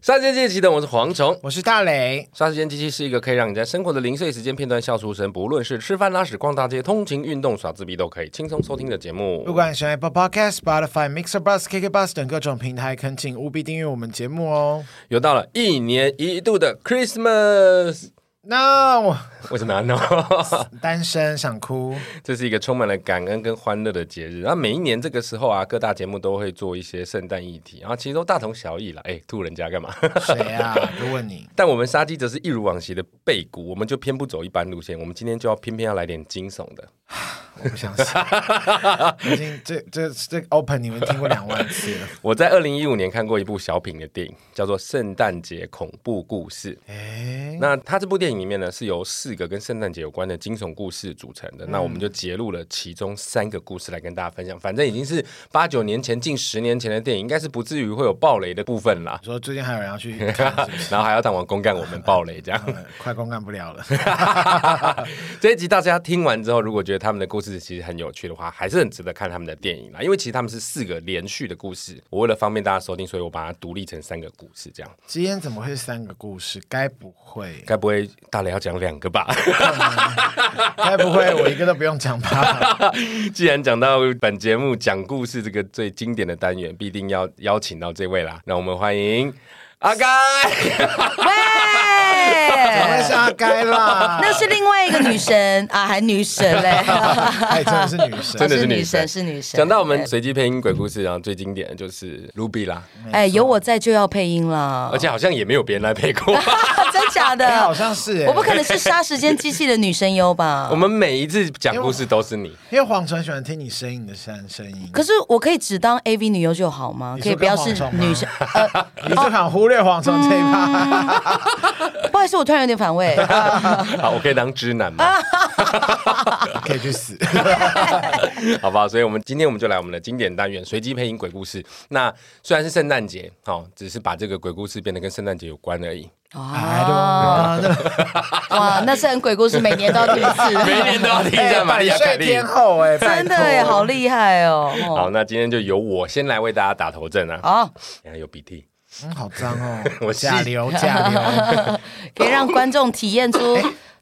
杀时间机器启动，我是蝗虫。我是大雷，杀时间机器是一个可以让你在生活的零碎时间片段笑出声，不论是吃饭、拉屎、逛大街、通勤、运动、耍自闭，都可以轻松收听的节目。不管是 Apple Podcast、Spotify、Mixer、Bus、KK Bus 等各种平台，恳请务必订阅我们节目哦。又到了一年一度的 Christmas，那我为什么要闹？单身想哭， 这是一个充满了感恩跟欢乐的节日。然后每一年这个时候啊，各大节目都会做一些圣诞议题，然后其实都大同小异啦。哎，吐人家干嘛？ 谁啊？就问你，但我们杀鸡则是一如往昔的背骨，我们就偏不走一般路线，我们今天就要偏偏要来点惊悚的。我不相信。已经这这这 Open 你们听过两万次了。我在二零一五年看过一部小品的电影，叫做《圣诞节恐怖故事》。哎，那它这部电影里面呢，是由四个跟圣诞节有关的惊悚故事组成嗯的。那我们就截录了其中三个故事来跟大家分享。反正已经是八九年前、近十年前的电影，应该是不至于会有暴雷的部分啦我。说最近还有人要去看， 是不是 然后还要当网公干我们暴雷这样。 呃快公干不了了。这一集大家听完之后，如果觉得他们的故事其实很有趣的话，还是很值得看他们的电影啦。因为其实他们是四个连续的故事，我为了方便大家收听，所以我把它独立成三个故事，这样，今天怎么会是三个故事？该不会该不会大雷要讲两个吧？ 该不会我一个都不用讲 吧？既然讲到本节目讲故事这个最经典的单元，必定要邀请到这位啦。让我们欢迎阿 该。怎么会喂是，阿该啦？哎那是另外一个女神啊，还女神嘞， 哎，真的是女 神，真的是是女神是女神。讲到我们随机配音鬼故事，然后最经典的就是 Ruby 啦，哎，有我在就要配音了而，且好像也没有别人来配过。 真假哎好的？像是哎我不可能是杀时间机器的女声优吧 我？们每一次讲故事都是你，因为黄纯喜欢听你声音的声声音，可是我可以只当 A V 女优就好吗？你可说以不要跟是黄虫吗女生？呃， 嗯你就想忽略黄虫这一趴，不好意思，我突然有点反胃。好，我可以当直男吗？可以去死。 好吧，所以我们今天我们就来我们的经典单元随机配音鬼故事。那虽然是圣诞节，哦，只是把这个鬼故事变得跟圣诞节有关而已。哇，啊哇，那是很鬼故事，每年都要听一每次，年都要听一下玛哎百利亚凯岁莉天。后哎，真的拜耶，托好厉害哦。好，哦那今天就由我先来为大家打头阵啊！好，等一下有鼻涕，，嗯，好脏哦 我是甲流 甲流，可以让观众体验出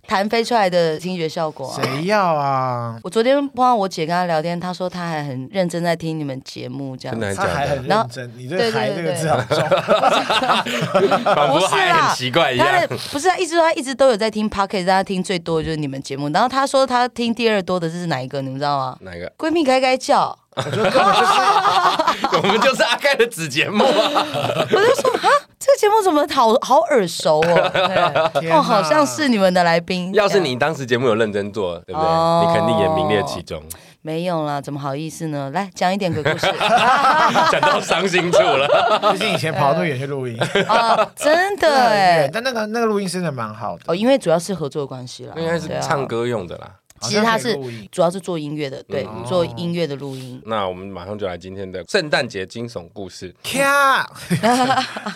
弹飞出来的听觉效果啊。谁要啊？我昨天帮我姐跟她聊天，她说她还很认真在听你们节目，这样真的子。很他假 还很的，认真，你这个“对对还”这对个对字好重，仿不佛是还啦很奇怪一她样的。不是，她一直说她一直都有在听 p o c k e t 但她听最多就是你们节目。然后她说她听第二多的是哪一个，你们知道吗？哪一个？闺蜜该该叫， 我们就是阿盖的子 节目啊！我就说啊，这个节目怎么好好耳熟哦？对天啊哪哦，好像是你们的来宾。要是你当时节目有认真做，对不对？哦你肯定也名列其中。 没有啦，怎么好意思呢？来讲一点鬼故事讲到伤心处 了，毕竟以前跑那么远去录音，啊，真的很远哎。但那个那个录音真的蛮好的哦，，因为主要是合作的关系啦，那应该是对啊唱歌用的啦。好其实像他可以是录音主要是做音乐的，对，嗯哦做音乐的录 音。那我们马上就来今天的圣诞节惊悚故事。 咔，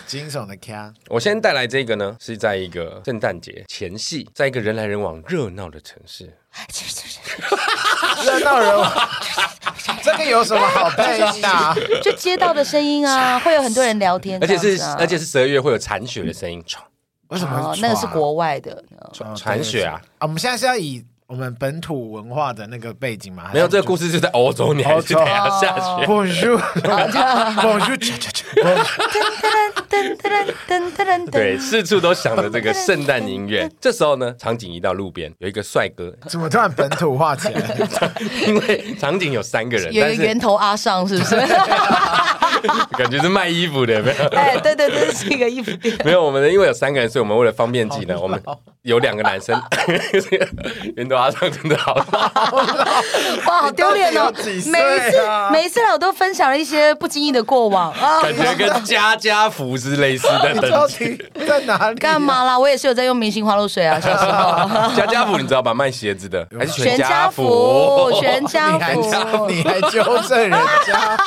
惊悚的咔，我先带来这个呢，是在一个圣诞节前夕，在一个人来人往热闹的城市，热闹人物，这个有什么好配音的啊？就街道的声音啊，会有很多人聊天，而且这是样子啊而且是十二月会有铲雪的声音，唰为什么哦会，那个是喘国外的，嗯唰铲雪啊！啊！我们现在是要以我们本土文化的那个背景嘛？没有，这个故事。事就在欧洲，你还是哦得要下雪。 Bonjour，Bonjour，噔噔噔噔噔噔 对，噔，四处都响着这个圣诞音 乐。这时候呢，场景一到路边，有一个帅哥， 怎么突然本土化起来？因为场景有三个人，有一个但源头阿尚是不是？是感觉是卖衣服的，有 没有？哎，对对对，是一个衣服店。 没有，我们因为有三个人，所以我们为了方便起呢，我们有两个男生。 云朵阿上真的好 老，哇，好丢脸哦你到底有！几每一岁啊次每一次我都分享了一些不经意的过往啊。感觉跟家家福是类似的你到等级。底在哪里？干？嘛啦？我也是有在用明星花露水啊，小时候。家家福你知道吧？卖鞋子的还是全家家福 福？，全你 家还福，你还纠正人家？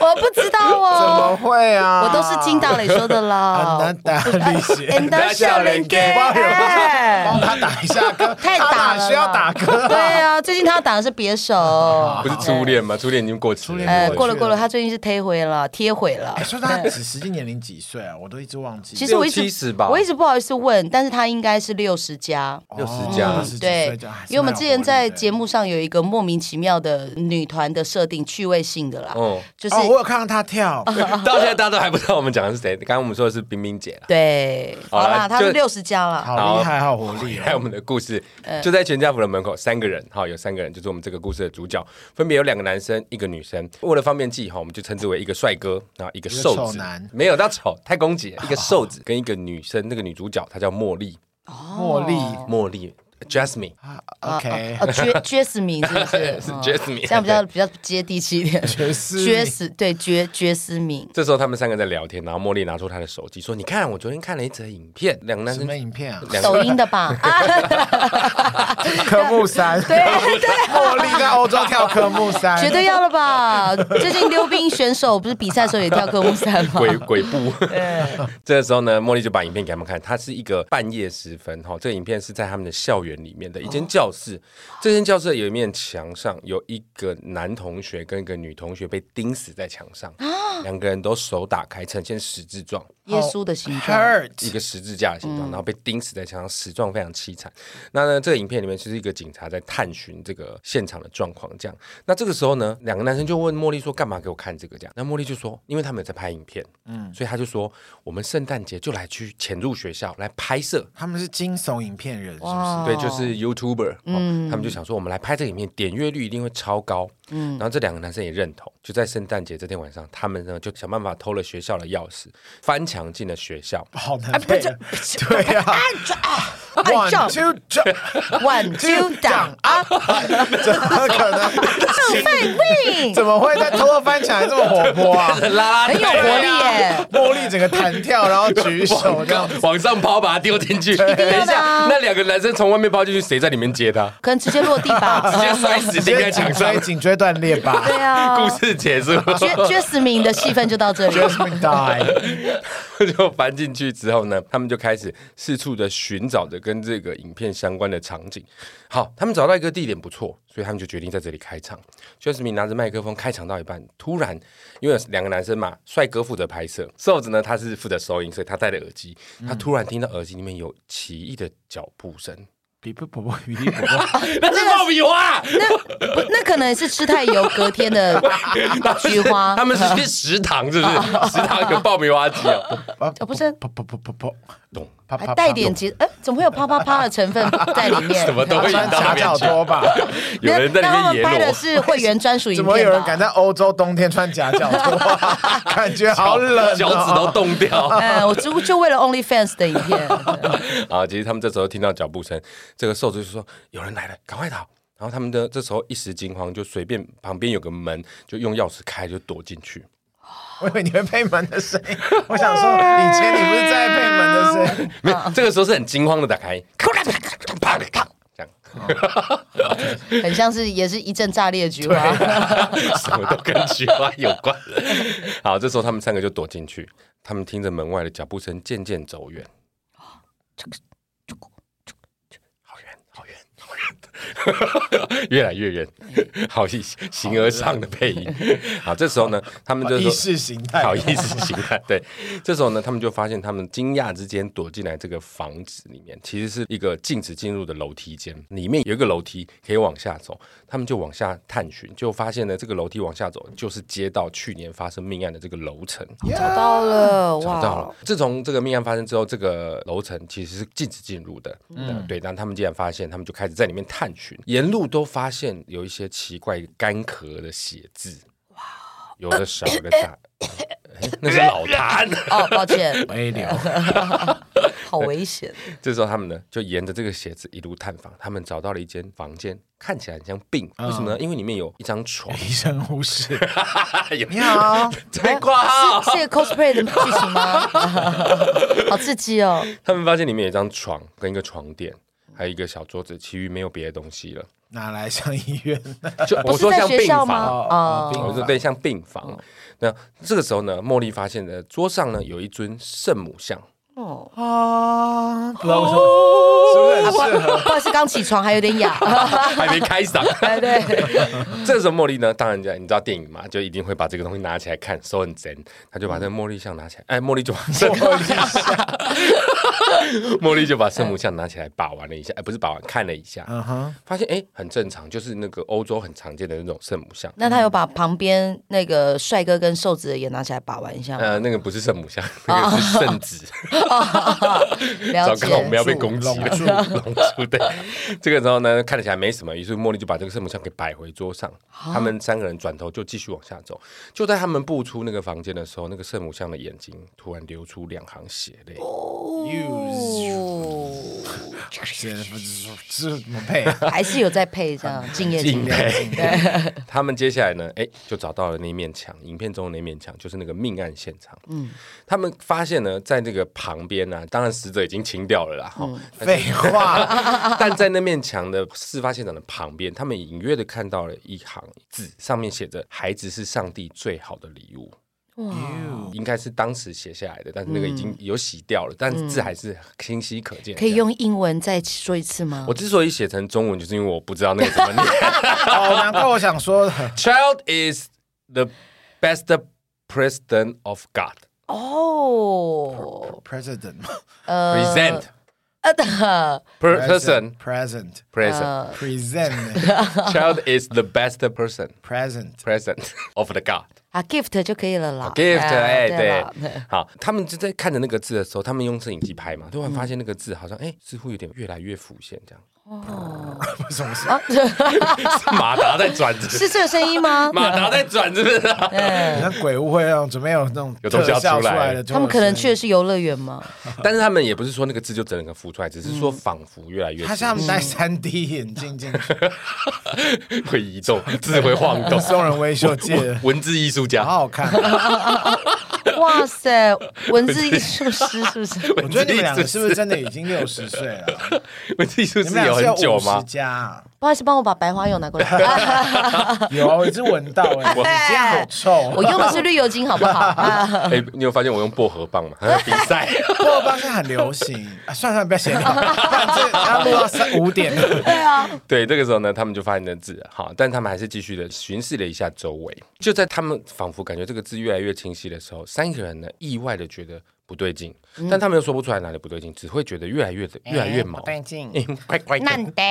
我不知道怎么哦，会啊？我都是听大磊说的 很啦难。打理解， And 笑脸给，帮哎他打一下歌，太他打哪了，需要打 歌对啊。啊，最近他要打的是别手， 不是初恋吗？初恋已经过期初了，恋呃，对过了过了，他最近是贴 回了，贴回了哎。说他只实际年龄几岁啊？我都一直忘记。其实我一六七十直吧我一直不好意思问，但是他应该是六十加。六十加二嗯十几哦对岁就啊还，是因为我们蛮有之前活力在的节目上有一个莫名其妙的女团的设定，趣味性的啦，嗯，就是、哦，我有看到他 跳，到现在大家都还不知道我们讲的是谁。刚刚我们说的是冰冰姐啦。对，好好啦啦，她就是六十加啊啦，好厉害，好有活力还有哦我！们的故事，就在全家福的门口，三个人哈，有三个人就是我们这个故事的主角，分别有两个男生，一个女生。为了方便记哈，我们就称之为一个帅哥，然后一个瘦一个丑子男，没有到丑，太攻击了，一个瘦子跟一个女生，那个女主角她叫茉莉，茉莉茉莉 Jasmine，啊哦啊，OK，啊啊，Jas- Jasmine 是不 是？是嗯 Jasmine 这样比较比较接地气一点。爵士爵士对爵爵斯敏，这时候他们三个在聊天，然后茉莉拿出她的手机说：“你看，我昨天看了一则影片，两个男什生么影片啊？两个抖音的 吧？啊，科目 三， 对对，茉莉在欧洲跳科目三， 哦绝对要了 吧？最近溜冰选手不是比赛的时候也跳科目三 吗？鬼鬼步。 这时候呢，茉莉就把影片给他们看，它是一个半夜时分哈、这个影片是在他们的校园里面的一间教室，这间教室有一面墙上有一个男同学跟一个女同学被钉死在墙上，两个人都手打开，呈现十字状。耶稣的形一状。hurt，个十字架的形状，嗯然后被钉死在墙上，死状非常凄惨。那呢，这个影片里面就是一个警察在探寻这个现场的状况，这样。那这个时候呢，两个男生就问茉莉说：“干嘛给我看这个？”这样，那茉莉就说：“因为他们有在拍影片，嗯，所以他就说，我们圣诞节就来去潜入学校来拍摄。”他们是惊悚影片人，是不是？哇对，就是 YouTuber，、哦、嗯他们就想说，我们来拍这个影片，点阅率一定会超高。嗯，然后这两个男生也认同，就在圣诞节这天晚上，他们呢就想办法偷了学校的钥匙，翻墙进了学校。好难不配是啊啊，对呀，one 撞 two jump，One two down，啊，怎么可能？正在位，怎么会在偷偷翻墙还这么活泼 啊？拉拉很有队活力耶。茉莉整个弹跳，然后举手这样子，哦往上抛，把它丢进去。等的啊一下，那两个男生从外面抛进去，谁在里面接他？可能直接落地 直吧。接摔啊死，钉在墙上所以。颈椎断裂吧对啊，故事结束，爵爵斯敏的戏份就到这 里。 ，Jasmine die，就翻进去之后呢，他们就开始四处的寻找着跟这个影片相关的场景。好，他们找到一个地点不错，所以他们就决定在这里开场。Jasmine 拿着麦克风开场到一半，突然因为有两个男生嘛，帅哥负责拍摄，瘦子呢他是负责收音，所以他戴着耳机，他突然听到耳机里面有奇异的脚步声，比不婆婆比比婆婆，那是爆米花。那不那可能是吃太油隔天的 菊花，他们是去食堂，是不是？食堂有爆米花机啊，哦不是婆婆婆婆婆，咚，啪啪还啪带点节，哎，怎么会有啪啪啪的成分在里面？什么都会引穿到那夹边脚去。拖吧？有人在那他里面们拍野的裸，是会员专属怎影么片有人敢吧？在欧洲冬天穿夹脚拖啊？感觉好冷哦，脚趾都冻掉。嗯，我就就为了 OnlyFans 的影片，啊，其实他们这时候听到脚步声，这个瘦子就说：“有人来了，赶快逃！”然后他们的这时候一时惊慌，就随便旁边有个门，就用钥匙开，就躲进去。我以为你会配门的声音，我想说以前你不是在配门的声音，没有，这个时候是很惊慌的打开，啪啪这样，很像是也是一阵炸裂的菊花。什么都跟菊花有关。好，这时候他们三个就躲进去，他们听着门外的脚步声渐渐走远。好远，好远，好远，越来越远，好形形而上的配音。好，这时候呢，他们就意说。识形态好意思形态，对。这时候呢，他们就发现，他们惊讶之间躲进来这个房子里面，其实是一个禁止进入的楼梯间，里面有一个楼梯可以往下走，他们就往下探寻，就发现呢，这个楼梯往下走就是接到去年发生命案的这个楼层。找到了，找到哇了！。自从这个命案发生之后，这个楼层其实是禁止进入的。嗯，对。但他们既然发现，他们就开始在里面探寻，沿路都发现有一些奇怪干咳的写字，哇，哦有的少的 大，哎那是老 痰。哦，抱歉，微流，好 危险。这时候他们呢就沿着这个鞋子一路探访，他们找到了一间房间，看起来很像病，嗯为什么呢？因为里面有一张 床，医生护士，有 你好，被挂 号。是是 cosplay 的剧情吗？ 好刺激哦！他们发现里面有一张床跟一个床垫，还有一个小桌子，其余没有别的东西了。哪来上医院？就 不我是说在像学病校房，吗？哦我病说对，像病房。那这个时候呢，茉莉发现呢，桌上呢有一尊圣母像，哦，啊，不知道为什么，是不是很适合？不好意思，刚起床还有 点哑。还没开嗓。 哎对，这个时候茉莉呢，当然你知道电影嘛，就一定会把这个东西拿起来看，手很真，他就把这个茉莉像拿起来，哎，茉莉就把圣母 茉莉就把圣母像拿起来把玩了一下，哎，不是把玩，看了一下，嗯哼，发现哎很正常，就是那个欧洲很常见的那种圣母像。那他有把旁边那个帅哥跟瘦子的也拿起来把玩一下吗？呃，那个不是圣母像，那个是圣子。了糟糕，我们要解。被攻击了，龙珠 对。这个时候呢，看起来没什么，于是茉莉就把这个圣母像给摆回桌上。他们三个人转头就继续往下走。就在他们步出那个房间的时候，那个圣母像的眼睛突然流出两行血泪。哦是是怎么配啊？还是有在配这样敬业敬敬业。佩。 他们接下来呢，哎，就找到了那面墙，影片中的那面墙就是那个命案现场。嗯，他们发现呢，在这个旁边呢、当然死者已经清掉了啦，哈、废话， 但在那面墙的事发现场的旁边，他们隐约的看到了一行字，上面写着“孩子是上帝最好的礼物”。应该是当时写下来的，但是那个已经有洗掉了，但是字还是清晰可见。可以。用英文再说一次吗我？之所以写成中文，就是因为我不知道那个怎么 念。哦，难怪我想说， Child is the best president of God. 哦， president Uh Present 呃的，呃 person present Uh present. present Child is the best person present present of the God. 啊，gift 就可以了啦 gift 哎、啦对，好，他们就在看着那个字的时候，他们用摄影机拍嘛，突然发现那个字好像哎、似乎有点越来越浮现这样， 为什么是？啊， 是马达在转是不是是这个声 音吗？马达在转是不是、你看鬼屋会那种准备有那种有东西要特效出来的，他们可能去的是游乐园吗？但是他们也不是说那个字就整个浮出来，只是说仿佛越来越他像他们戴三 D 眼镜进去， 会移动，字会晃 动。松仁微秀界的，文字艺术好家，好看。啊 我哇 塞，文字艺术 师是不是？我觉得你们两个是不是真的已经六十岁 了？文字艺术你是们有俩是很久五十吗？加啊？不好意思，帮我把白花油拿过来。哎有啊，我一直闻 到哎，你今天好臭。我用的是绿油精，好不好？啊哎、你有发现我用薄荷棒吗？ 比赛，破棒现在很 流行，啊、算了算了，不要闲聊， 不然这要录到三五点了。对啊，对，这个时候呢，他们就发现那字，好，但他们还是继续的巡视了一下周围。就在他们仿佛感觉这个字越来越清晰的时候，三个人呢意外的觉得不对劲，但他们又说不出来哪里不对劲，只会觉得越来越的越来越毛，劲哎怪怪的，难得，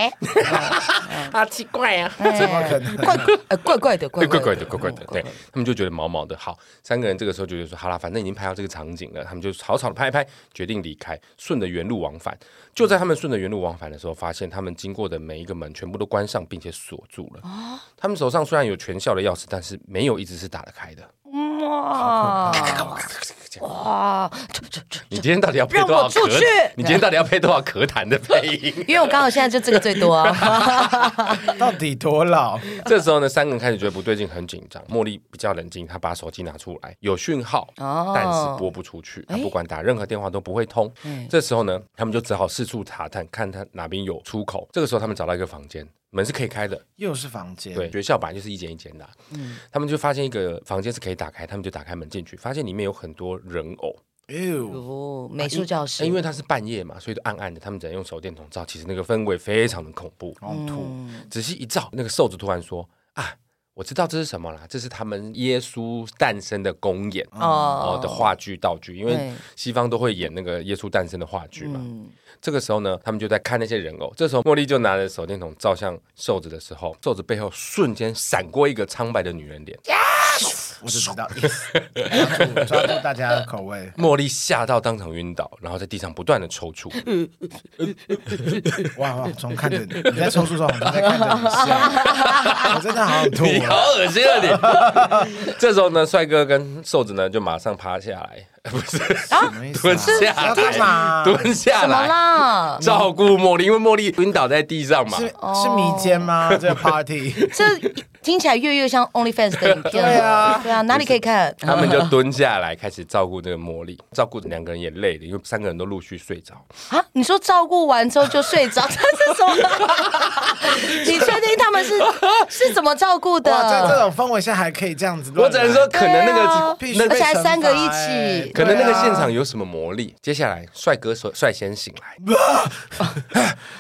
啊奇怪啊，怎么可能？怪呃怪怪的，嗯怪哎怪怪的，怪怪的，对他们就觉得毛毛的。好，三个人这个时候就觉得说，好啦，反正已经拍到这个场景了，他们就草草的拍一拍，决定离开，顺着原路往返。就在他们顺着原路往返的时候，发现他们经过的每一个门全部都关上，并且锁住了。他们手上虽然有全校的钥匙，但是没有一直是打得开的。哇哇，你今天到底要配多让少我出咳去？你今天到底要配多少咳痰的配音？因为我刚好现在就这个最多啊。 到底多老？这时候呢，三个人开始觉得不对劲，很紧张。茉莉比较冷静，她把手机拿出来，有讯号，哦但是拨不出去。她不管打任何电话都不会通。这时候呢，他们就只好四处查探，看他哪边有出口。这个时候，他们找到一个房间，门是可以开的。又是房间，对，，学校本来就是一间一间的啊、他们就发现一个房间是可以打开，他们就打开门进去，发现里面有很多人偶。哎呦，哦，美术教室，因为它是半夜嘛，所以就暗暗的，他们只能用手电筒照。其实那个氛围非常的恐怖。哦好土，仔嗯细一照，那个瘦子突然说：“啊，我知道这是什么啦，这是他们耶稣诞生的公演哦哦的话剧道具，因为对西方都会演那个耶稣诞生的话剧嘛。这个时候呢，他们就在看那些人偶。这时候茉莉就拿着手电筒照向瘦子的时候，瘦子背后瞬间闪过一个苍白的女人脸， 我就知道，抓住抓住大家的口味。茉莉吓到当场晕倒，然后在地上不断的抽搐。哇哇，从看着你， 你在抽搐的时候，我们在看着你笑，我真的好想吐你好哦。恶心啊你！ 这时候呢，帅哥跟瘦子呢就马上趴下来，呃不是什么意思啊蹲下要干嘛来，蹲下怎么来。啦？照顾茉莉，因为茉莉晕倒在地上嘛是。是迷奸吗？这个 party 这听起来越越像 OnlyFans 的影片。对啊对啊，哪里可以看？他们就蹲下来开始照顾这个茉莉，照顾两个人也累了，因为三个人都陆续睡着。啊，你说照顾完之后就睡着，这是什么？ 你确定他们是是怎么照顾的？哇，在这种氛围下还可以这样子乱来，啊我只能说，可能那对啊个必须那被而且还惩三个一罚欸起可能那个对啊现场有什么魔力？接下来，帅哥率率先醒 来。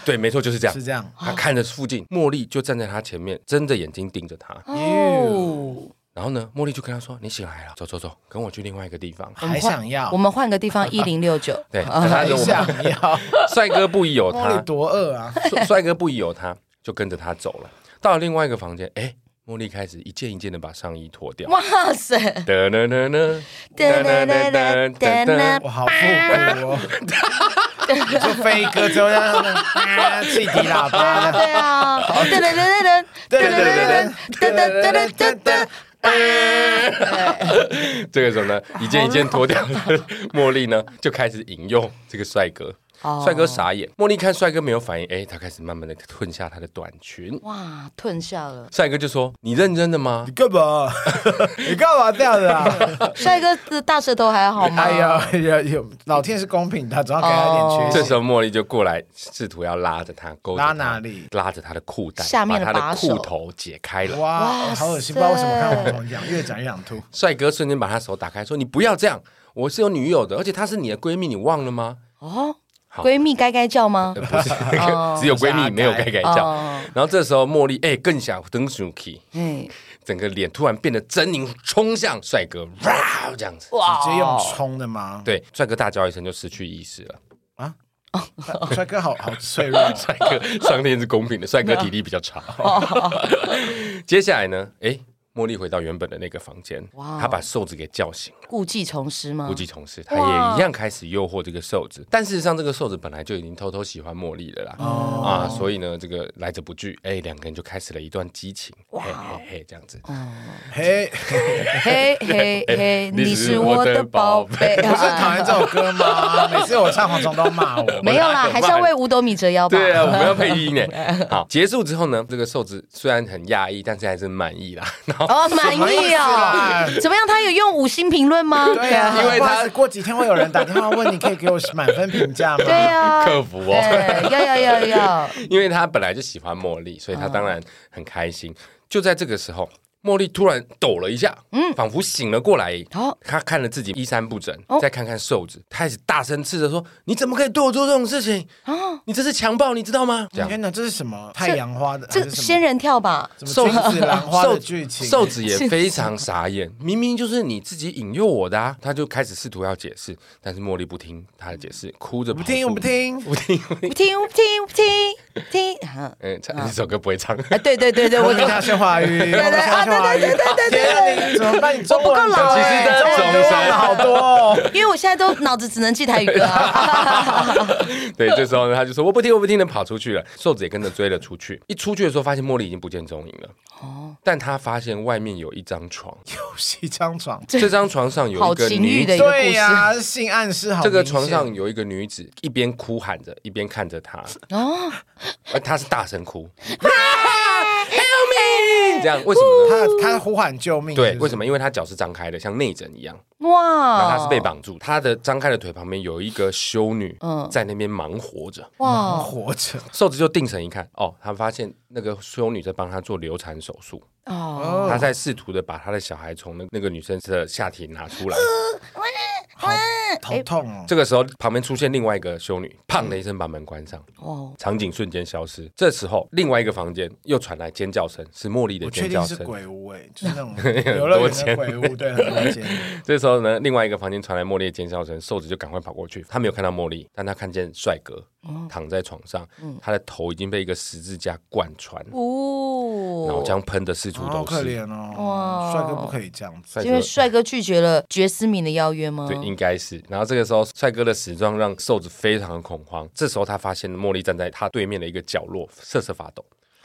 对，没错，就是这样。是这样他看着附近，茉莉就站在他前面，睁着眼睛盯着他。哎哦，然后呢，茉莉就跟他说：“你醒来了，走走走，跟我去另外一个地方。还想要我，们换个地方一零六 九”。对，但他还跟我们想要， 帅哥不疑有啊茉他莉，多饿啊！帅帅哥不疑有他，就跟着他走了。到了另外一个房间，哎，茉莉开始一件一件的把上衣脱掉。哇塞！噔噔噔噔噔噔噔噔噔噔我好复古 哦。你说飞哥之后让他们啊汽笛喇对啊，叭的，对啊，噔噔噔噔噔噔噔噔噔噔噔噔噔。这个时候呢，一件一件脱掉的茉莉呢，就开始引诱这个帅哥。哦帅哥傻眼，茉莉看帅哥没有反应，哎，她开始慢慢的吞下她的短裙。哇，吞下 了！帅哥就说：“你认真的吗你干嘛？ 你干嘛这样子啊？帅哥的大舌头还好 吗？哎 呀，有有，老天是公平的，总要给他一点？”这缺时陷。候茉莉就过来，试图要拉着他，勾着哦拉他哪里？拉着他的裤带，下面的把他把的手裤头解开了。哇，哇好恶心！不知塞道为什么看我们讲越讲越 想吐。帅哥瞬间把他手打开，说：“你不要这样，我是有女友的，而且她是你的闺蜜，你忘了吗哦，好闺蜜该该叫吗呃？”？不是， 哦 只有闺蜜没有该该叫。哦，然后这时候茉莉哎、更想登上去，哎嗯，整个脸突然变得狰狞，冲向帅哥，哇这样子。哇直接用冲的吗？对，帅哥大叫一声就失去意识了。帅哥好好脆 弱哦，帅哥上天是公平的，帅哥体力比较差。 接下来呢？哎、茉莉回到原本的那个房间，哇嗯哦她把瘦子给叫醒了，故技重施吗？估计同事，她也一样开始诱惑这个瘦子。但事实上，这个瘦子本来就已经偷偷喜欢茉莉了啦。啊，所以呢，这个来者不拒，哎、两个人就开始了一段激情，嘿嘿嘿，这样子。 嘿，嘿嘿嘿，你 你是是我我的的宝宝贝。 不是讨厌这首歌吗？每次我唱黄忠都骂我。 没有啦，还是要为五斗米折腰吧。对啊，我们要配音呢。好，结束之后呢，这个瘦子虽然很讶异，但是还是满意啦。然后哦，满意什么哦意思。啦怎么样？他有用五星评论吗？ 对啊，因为不好意他思过几天会有人打电话问你，可以给我满分评价 吗？对啊，客服哦对要要要 要。因为他本来就喜欢茉莉，所以他当然很开心。就在这个时候，茉莉突然抖了一下，嗯，仿佛醒了过来。好他看了自己衣衫不整，哦再看看瘦子，他开始大声斥责说：“你怎么可以对我做这种事情？啊你这是强暴，你知道吗？”嗯这样。天哪，这是什么太阳花的？这还是什么仙人跳吧，什么君子兰花的剧情？啊瘦子 也非常傻眼，明明就是你自己引诱我的啊！他就开始试图要解释，但是茉莉不听他的解释，哭着我不不听，我不，听。不听，不听。不听不听不听听。啊嗯，唱这首歌不会唱。啊，对对对对， 我我跟他学华语，对对啊对对对对对对，怎么办？你中文我不够老欸对其实中文总都是忘了好多 哦。因为我现在都脑子只能记台语歌 啊。对，这时候呢，他就说我不听，我不听的跑出去了。瘦子也跟着追了出去。一出去的时候，发现茉莉已经不见踪影了。哦，但他发现外面有一张 床，又是一张床，这张床上有一好个情欲女的一子，个故对事呀，性暗示好明这显。个床上有一个女子，一边哭喊着，一边看着他， 哦，而她是大声哭 ，Help me！这样为什哦么呢？他他呼喊救命，对是，不为是什么？因为她脚是张开的，像内诊一样，然后哇，她是被绑住，她的张开的腿旁边有一个修女嗯在那边忙活着。哇活着？瘦子就定神一看，哦，他发现那个修女在帮他做流产手术，哦，哦他在试图的把他的小孩从那那个女生的下体拿出来。哦好头痛哦。这个时候，旁边出现另外一个修女，砰的一声把门关上，哦，场景瞬间消失。这时候，另外一个房间又传来尖叫声，是茉莉的我确尖定叫是声。鬼屋哎，就是那种游乐园的鬼屋，对，很多钱。这时候呢，另外一个房间传来茉莉的尖叫声，瘦子就赶快跑过去。他没有看到茉莉，但他看见帅哥哦躺在床上，嗯他的头已经被一个十字架贯穿，脑哦，浆喷的四处好都可是。怜哦哇，帅哥不可以这样子。帅因为哥帅哥拒绝了爵斯敏的邀约吗？对，应该是。然后这个时候，帅哥的死状让瘦子非常的恐慌。这时候他发现茉莉站在他对面的一个角落，瑟瑟发抖。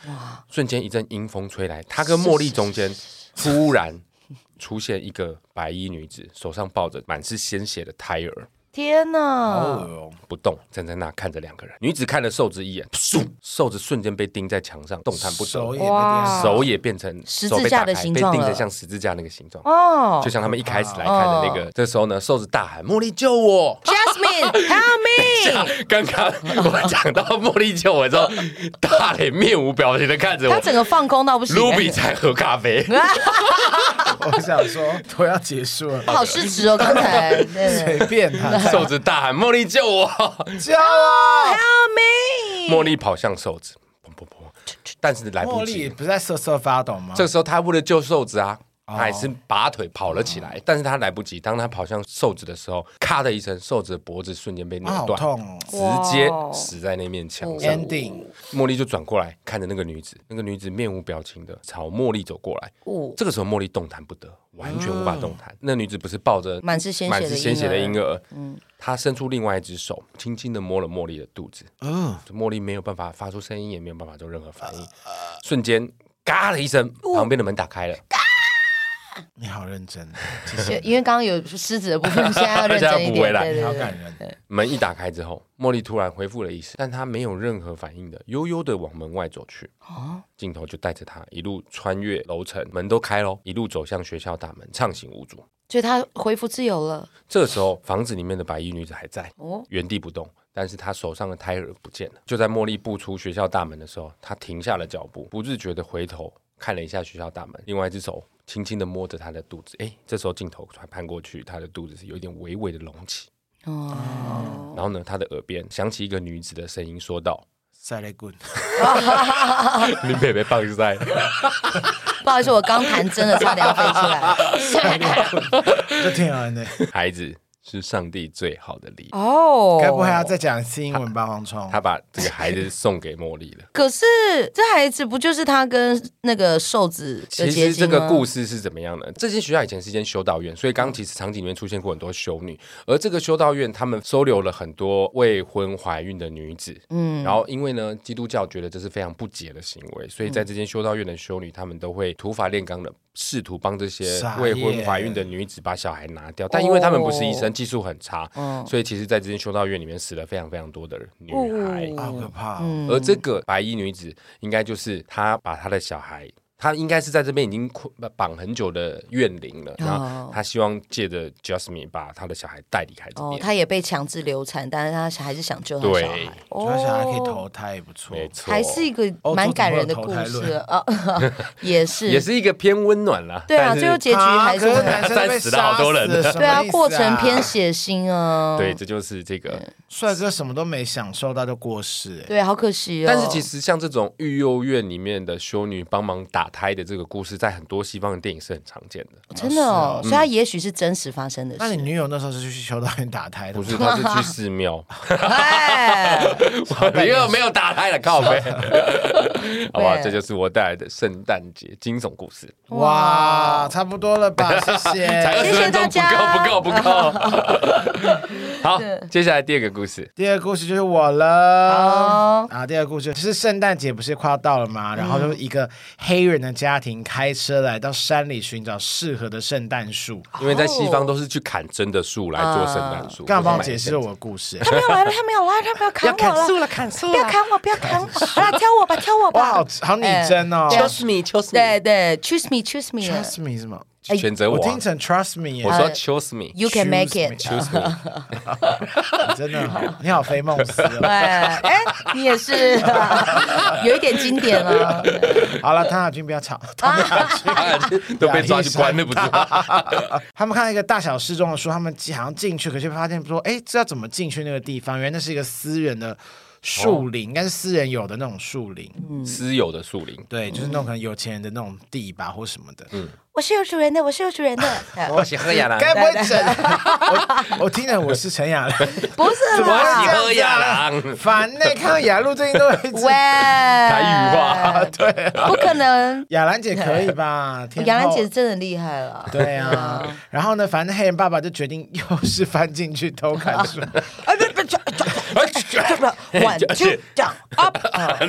哇！瞬间一阵阴风吹来，他跟茉莉中间突然出现一个白衣女子，手上抱着满是鲜血的胎儿。天好哪！恶哦，不动，站在那看着两个人。女子看了瘦子一眼，嗖，瘦子瞬间被钉在墙上，动弹不手得，也被哇电手也变成十手字被架打的开形被状钉了的像十字架那个形状。哦 就像他们一开始来看的那个，这时候呢，瘦子大喊：“茉莉救我！” ，Jasmine，Help me！刚刚我讲到茉莉救我之 后，大脸面无表情的看着他我整个放空到不行、 ，Ruby 才喝咖 啡。我想说都要结束了，好失职哦，刚才。 对对随便 他，啊瘦子大喊：“茉莉救我嗯教啊！ Help！” me！茉莉跑向瘦子，砰砰砰，但是来茉不莉及。不是在瑟瑟发抖吗？这个时候，他为了救瘦子啊，哦他还是拔腿跑了起来，但是他来不及。当他跑向瘦子的时候，咔的一声，瘦子的脖子瞬间被啊扭好断，痛哦直接哇死在那面墙上。 ，ending 茉莉就转过来看着那个女子，那个女子面无表情的朝茉莉走过来。哦，嗯这个时候，茉莉动弹不得，完全无法动弹。那女子不是抱着满是鲜血的满是鲜血的婴嗯婴儿，她伸出另外一只手，轻轻的摸了茉莉的肚子。茉莉没有办法发出声音，也没有办法做任何反应。瞬间，嘎的一声，哦旁边的门打开了，你好认 真， 就因为刚刚有狮子的部分，现在要认真一现在要补回点。来对你好对对感人，门一打开之后，茉莉突然恢复了意识，但她没有任何反应的，悠悠的往门外走去。哦镜头就带着她一路穿越楼层，门都开喽，一路走向学校大门，畅行无阻。所以他恢复自由了。这个时候，房子里面的白衣女子还在哦，原地不动，但是她手上的胎儿不见了。就在茉莉步出学校大门的时候，她停下了脚步，不自觉的回头看了一下学校大门，另外一只手轻轻的摸着她的肚子。哎，这时候镜头才攀过去，她的肚子是有一点微微的隆起。哦，然后呢，她的耳边响起一个女子的声音，说道 塞雷棍，：“你妹妹放在。”不好意思，我刚弹真的差点要飞出来。这挺好玩的。孩子是上帝最好的礼物。哦，该不会还要再讲一次英文吧，蝗虫？他把这个孩子送给茉 莉了。可是这孩子不就是他跟那个瘦子的其结实晶哦这吗？个故事是怎么样的？这间学校以前是一间修道院，所以刚其实场景里面出现过很多修女，而这个修道院他们收留了很多未婚怀孕的女子。嗯，然后因为呢，基督教觉得这是非常不洁的行为，所以在这间修道院的修女，她们都会土法炼钢的试图帮这些傻眼未婚怀孕的女子把小孩拿掉，但因为她们不是医哦生，技术很差，所以其实在这间修道院里面死了非常非常多的女孩。哦好可怕哦！而这个白衣女子应该就是她把她的小孩，她应该是在这边已经捆绑很久的怨灵哦了，然后她希望借着 Jasmine 把她的小孩带离开这哦边。，他也被强制流产，但是他还是想救他对小孩。哦主要小孩可以投胎，也不错。没错，还是一个蛮感人的故事啊， 也是 也是一个偏温暖啦。对啊，但是最后结局还是啊可会男生都被死了好多 人杀死了对什啊么意，思过程偏血腥啊，对，这就是这个。嗯帅哥什么都没享受到就过世，哎对，好可惜哦。但是其实像这种育幼院里面的修女帮忙打胎的这个故事，在很多西方的电影是很常见 的。真的哦，所以他也许是真实发生的 那你事。女友那时候是去修道院打胎的不吗？是，她是去寺 庙，哎，我 没有没有打胎了，靠 背。好吧，对这就是我带来的圣诞节惊悚故事。哇，差不多了吧？谢才二谢。十分钟，哎谢谢大不够，不够，不够。 好，接下来第二个故事，第二个故事就是我了好。啊，第二个故事就是圣诞节不是快要到了吗？然后就一个黑人的家庭开车来到山里寻找适合的圣诞树。因为在西方都是去砍真的树来做圣诞树。哦干嘛帮我不是买解释我的故 事？他没有来了，他没有来，他不要砍我了，了，砍树不要砍我，不要砍我，来挑我吧，挑我哇，好吧。好拟真哦。哎 Trust me, trust me。对啊对，choose me，choose Trust me 什么？哎选择我我啊听，成 Trust me，呃我哎说 choose me。 me，you can make Choose me it。 Choose me，你真的好，你好飞梦思 哦。哎哎，你也是，有一点经典啊。好了，唐小军不要吵。唐小军都被抓去关了，不是吗？他们看到一个大小适中的书，他们好像进去，可是发现说，哎，这要怎么进去那个地方？原来那是一个私人的树林，应该是私人有的那种树林，嗯私有的树 林，对，就是那种可能有钱人的那种地吧，或什么的。我是有主人的，我是有主人的。哎我喜喝雅该不会整？我我听着我是陈雅兰， 不是我喜啦，喝雅啊郎。烦呢、看到雅露最近都会 喂，吃。台语话，对，不可能，雅兰姐可以 吧？天后杨兰姐真的厉害了。对啊， 然后 呢，反正黑人爸爸就决定又是翻进去偷看书，哎，别别， 碗就这样 up，呃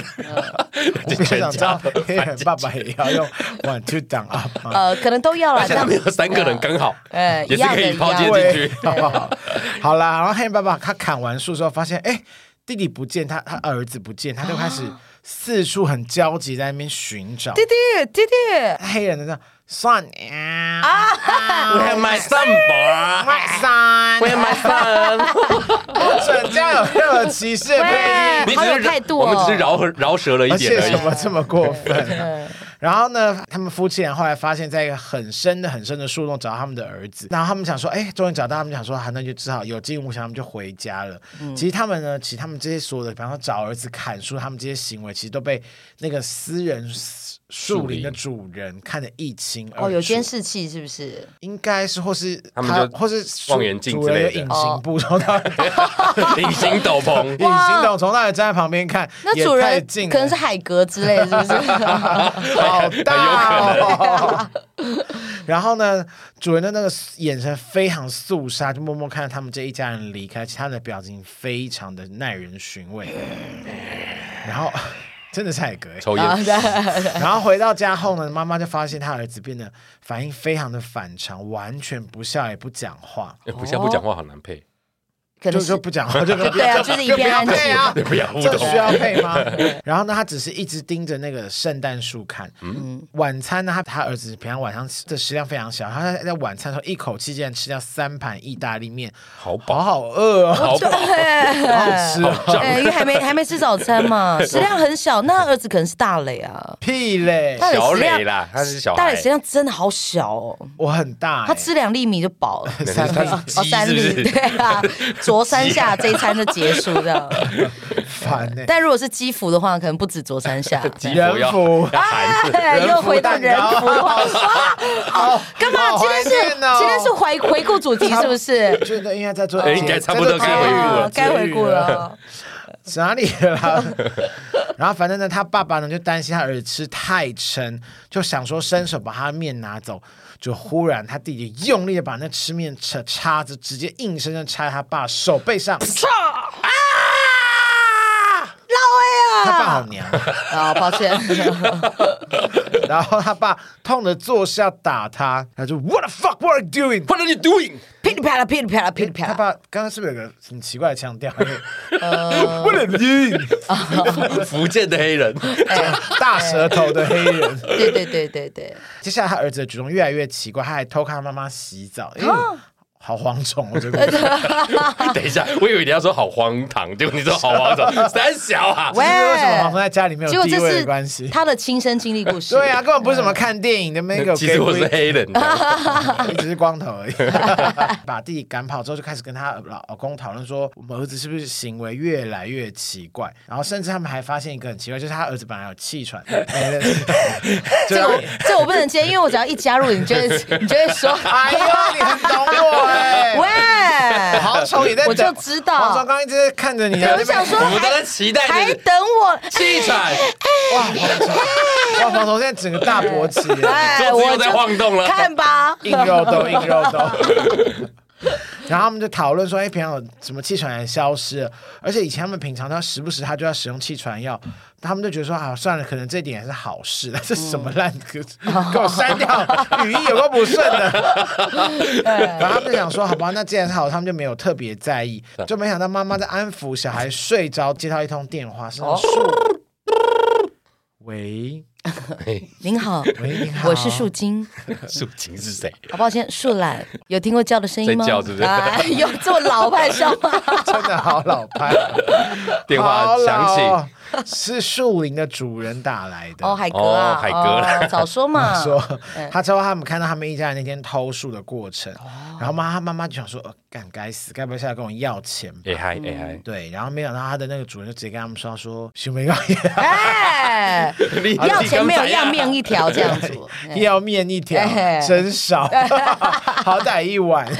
我全想知道家黑人爸爸也要用 one two down up 啊吗？呃，可能都要啦。现在但没有三个人刚好，哎也是可一样的以抛接一对进去。好不好？ 好啦，然后黑人爸爸他砍完树之后，发现哎、弟弟不见，他他儿子不见，他就开始四处很焦急在那边寻找。弟弟弟弟，黑人的这样算啊我还买三把， ，my son，我还买三。 准啊这样有任何歧视的配音喂你只好有是饶态度哦我们只是饶饶舌了一而点且而怎已。么这么过 分啊、然后呢，他们夫妻俩后来发现，在一个很深的、很深的树洞找到他们的儿子，然后他们想说，哎，终于找到，他们想说，好、那就只好有惊无险，他们就回家了。嗯其实他们呢，其实他们这些所有的，比方说找儿子、砍树，他们这些行为，其实都被那个私人树林的主人看得一清二楚。哦，有监视器是不是？应该是，或是他们就或是望远镜主人之类有的哦隐形布，从他们 隐形斗 篷，隐形斗从那里站在旁边看，那也主太人近了可能是海格之类，是 啊不是？好大哦！然后呢，主人的那个眼神非常肃杀，就默默看着他们这一家人离开，其他的表情非常的耐人寻味。然后 真的是海 格欸，抽啊烟。对然后回到家后呢，妈妈就发现他儿子变得反应非常的反常，完全不笑也不讲话，哎不像不讲话好难配，可就能就是不讲 话，就就对啊，就是一片安静。对啊，对，不要互这动。需要配吗？然后呢，他只是一直盯着那个圣诞树看。晚餐呢，他他儿子平常晚上吃的食量非常小，他在在晚餐的时候一口气竟然吃掉三盘意大利面，好好饱，好饿哦，好饱，好好吃哦。哎，因为还没还没吃早餐 嘛，食量很小，那儿子可能是大磊啊。屁嘞，大磊小食磊量，啦，他是小大孩磊，食量真的好小哦，我很大欸，他吃两粒米就饱了。对三他粒是啊哦，鸡三是不粒， 对是？ 啊，啄三下这一餐就结束这样。烦呢。但如果是基辅的话，可能不止啄三下。鸡人不要 夫要 喊， 哎又回到人夫蛋人夫，糕哇， 好干嘛？好今怀天是念哦今天是回回顾主题是不是？觉得应该在做哎节，应该差在不做多节该回顾目了哦该回顾了。哪里了 啦？然后反正呢，他爸爸呢就担心他儿子吃太撑，就想说伸手把他面拿走，就忽然他弟弟用力的把那吃面扯叉子直接硬生生插在他爸手背上， 老他魏爸好啊！娘。 啊，抱歉，然后他爸痛的作势要打他，他就 What the fuck what are you doing？ What are you doing？ 噼里啪啦，噼里啪啦，噼里啪他啦。爸刚刚是不是有个很奇怪的腔调？What are you doing？福建的黑人，大舌头的黑人。对对对对对，接下来他儿子的举动越来越奇怪，他还偷看他妈妈洗啊澡，因为好蝗虫哦，这 个。等一下，我以为你要说好荒唐，结果你说好荒唐，三小啊，喂就是为什么黄蜂在家里面结有果地这位是的关系？他的亲身经历故事。 对啊，，根本不是什么看电影的那 个，其实我 是黑人的， 你只是光头而已。 把弟弟赶跑之后，就开始跟他老老公讨论说，我们儿子是不是行为越来越奇怪？然后甚至他们还发现一个很奇怪，就是他儿子本来有气喘，没 了这个我这我不能接，因为我只要一加入，你就 会你就会说，哎呦，你很懂我 哎、喂，好丑也在等，我就知道黄忠刚一直在看着你啊，我想说我们都在期待还着等我。气喘，哇，黄虫现在整个大勃起耶。哎，桌子我又在就晃动了。看吧。硬肉兜，硬肉兜。 然后他们就讨论说，哎，平常有什么气喘也消失了，而且以前他们平常他时不时他就要使用气喘药，他们就觉得说啊，算了，可能这点也是好事。这什么嗯烂歌，给我删掉，语义有个不顺 的。哎然后他们就想说，好吧，那既然是好，他们就没有特别在意，就没想到妈妈在安抚小孩睡着，接到一通电话，是那种树。哦喂您好，喂，你好，我是树精。竖哎琴是谁？好抱歉，树懒有听过叫的声音吗？在叫是不是哎有这么老派笑吗？ 真的好老派。电话响起，起，是树林的主人打来的。哦，海哎哥啊，哦海哥哦早 说嘛。说他知道他们看到他们一家人那天偷树的过程，哦然后妈他妈妈就想说，呃，干该死，该不会是来跟我要钱吧？哎嗨哎嗨，对，然后没想到他的那个主人就直接跟他们说，说熊 没关系，哎，你要钱没有要命一，一条 这样子。要面一条哎，真 少，好歹一碗。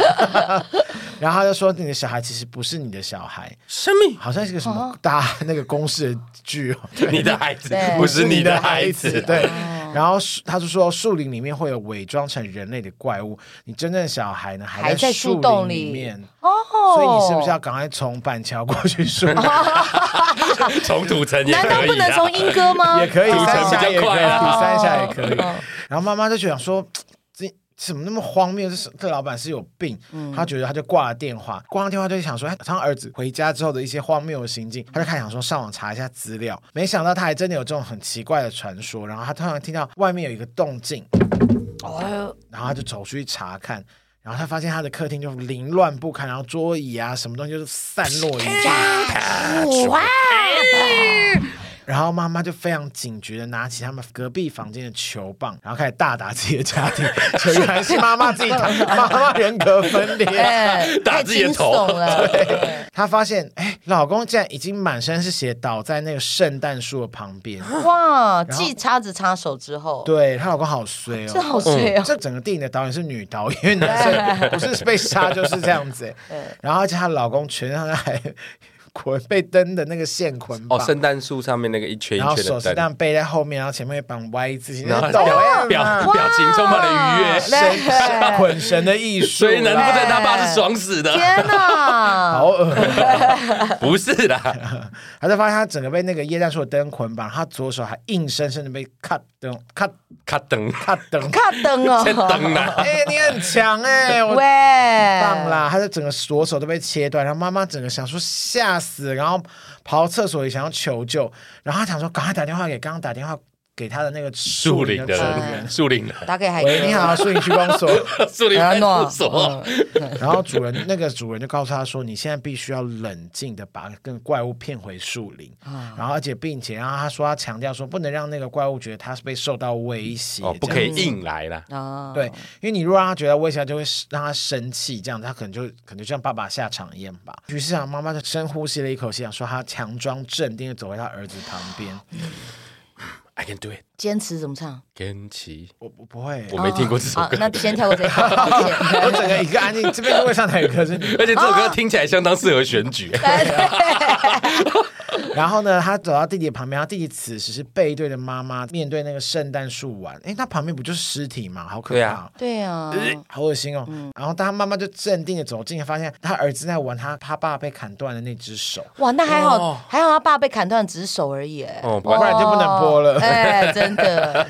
然后他就说，你的小孩其实不是你的小孩，生命，好像是个什么大那个公式的剧哦。对你的孩子对不是你的孩子，啊哦对。然后树他就说，树林里面会有伪装成人类的怪物，你真正的小孩呢还在在树树洞林里里面，哦，所以你是不是要赶快从板桥过去树林？从土层也难道可以不能啊从莺歌 吗？也可以，赌城三比峡较也可快以，啊比三峡也可以。哦然后妈妈就想说，这怎么那么荒谬？这是这老板是有病。她觉得她就挂了电话，挂了电话就想说，哎，他儿子回家之后的一些荒谬的行径，她就开始想说上网查一下资料。没想到他还真的有这种很奇怪的传说。然后她突然听到外面有一个动静，哦，然后她就走出去查看。然后她发现她的客厅就凌乱不堪，然后桌椅啊什么东西就是散落一 地。哇！然后妈妈就非常警觉的拿起他们隔壁房间的球棒，然后开始大打自己的家 庭。球原来是妈妈自己打，妈妈人格分裂。 哎， 打太自己的惊头悚了， 对她发现，哎，老公竟然已经满身是血倒在那个圣诞树的旁 边。哇！继叉子插手之后，对她老公好衰这哦。好水哦，这整个电影的导演是女导演，因为男生不是被杀就是这样 子。对然后而且她老公全身还 捆被灯的那个线捆绑哦，，圣诞树上面那个一圈然后一手圈是的这灯，样背在后面，然后前面绑 Y 字形，然后那抖 M 表啊表情充满了愉悦，神对捆神的艺术所啦，以能不能他爸是爽死的？天哪！好恶！不是啦，他就发现他整个被那个椰蛋树的灯捆绑，他左手还硬生生的被 cut 灯 cut 卡灯 cut 灯。卡灯 哦在，啊灯啦， 哎、你很强哎、我喂，棒啦！他的整个左手都被切断，然后妈妈整个想说吓死，然后跑到厕所里想要求救，然后他想说赶快打电话给刚刚打电话给他的那个树林的的主人，人。树林的打给海哥，嗯喂，你 好，树林区公所。树林派出所，然后主人那个主人就告诉他说：“你现在必须要冷静的把跟怪物骗回树林，然后而且并且，然后他说他强调说不能让那个怪物觉得他是被受到威胁，哦，不这可样以硬来啦。啊，对，因为你如果让他觉得威胁，他就会让他生气，这样子他可能就可能就像爸爸下场一样吧。于是啊，妈妈就深呼吸了一口气，想说他强装镇定的走回他儿子旁边。 I can do it，坚持怎么唱？跟奇，我我不会，我没 哦听过这首 好歌，啊那先跳过这一段，抱歉。我整个一个安静，这边就会上台有歌是你。而且这首啊歌听起来相当适合选 举。然后呢，他走到弟弟旁边，他弟弟此时是背对着妈妈，面对那个圣诞树玩。诶，他旁边不就是尸体吗？好可对怕、啊对啊，好恶心哦！然后他妈妈就镇定的走近，发现他儿子在玩他他爸被砍断的那只手。哇，那还好，哦还好他爸被砍断只是手而已，哎哦不然就不能播了哎，真的，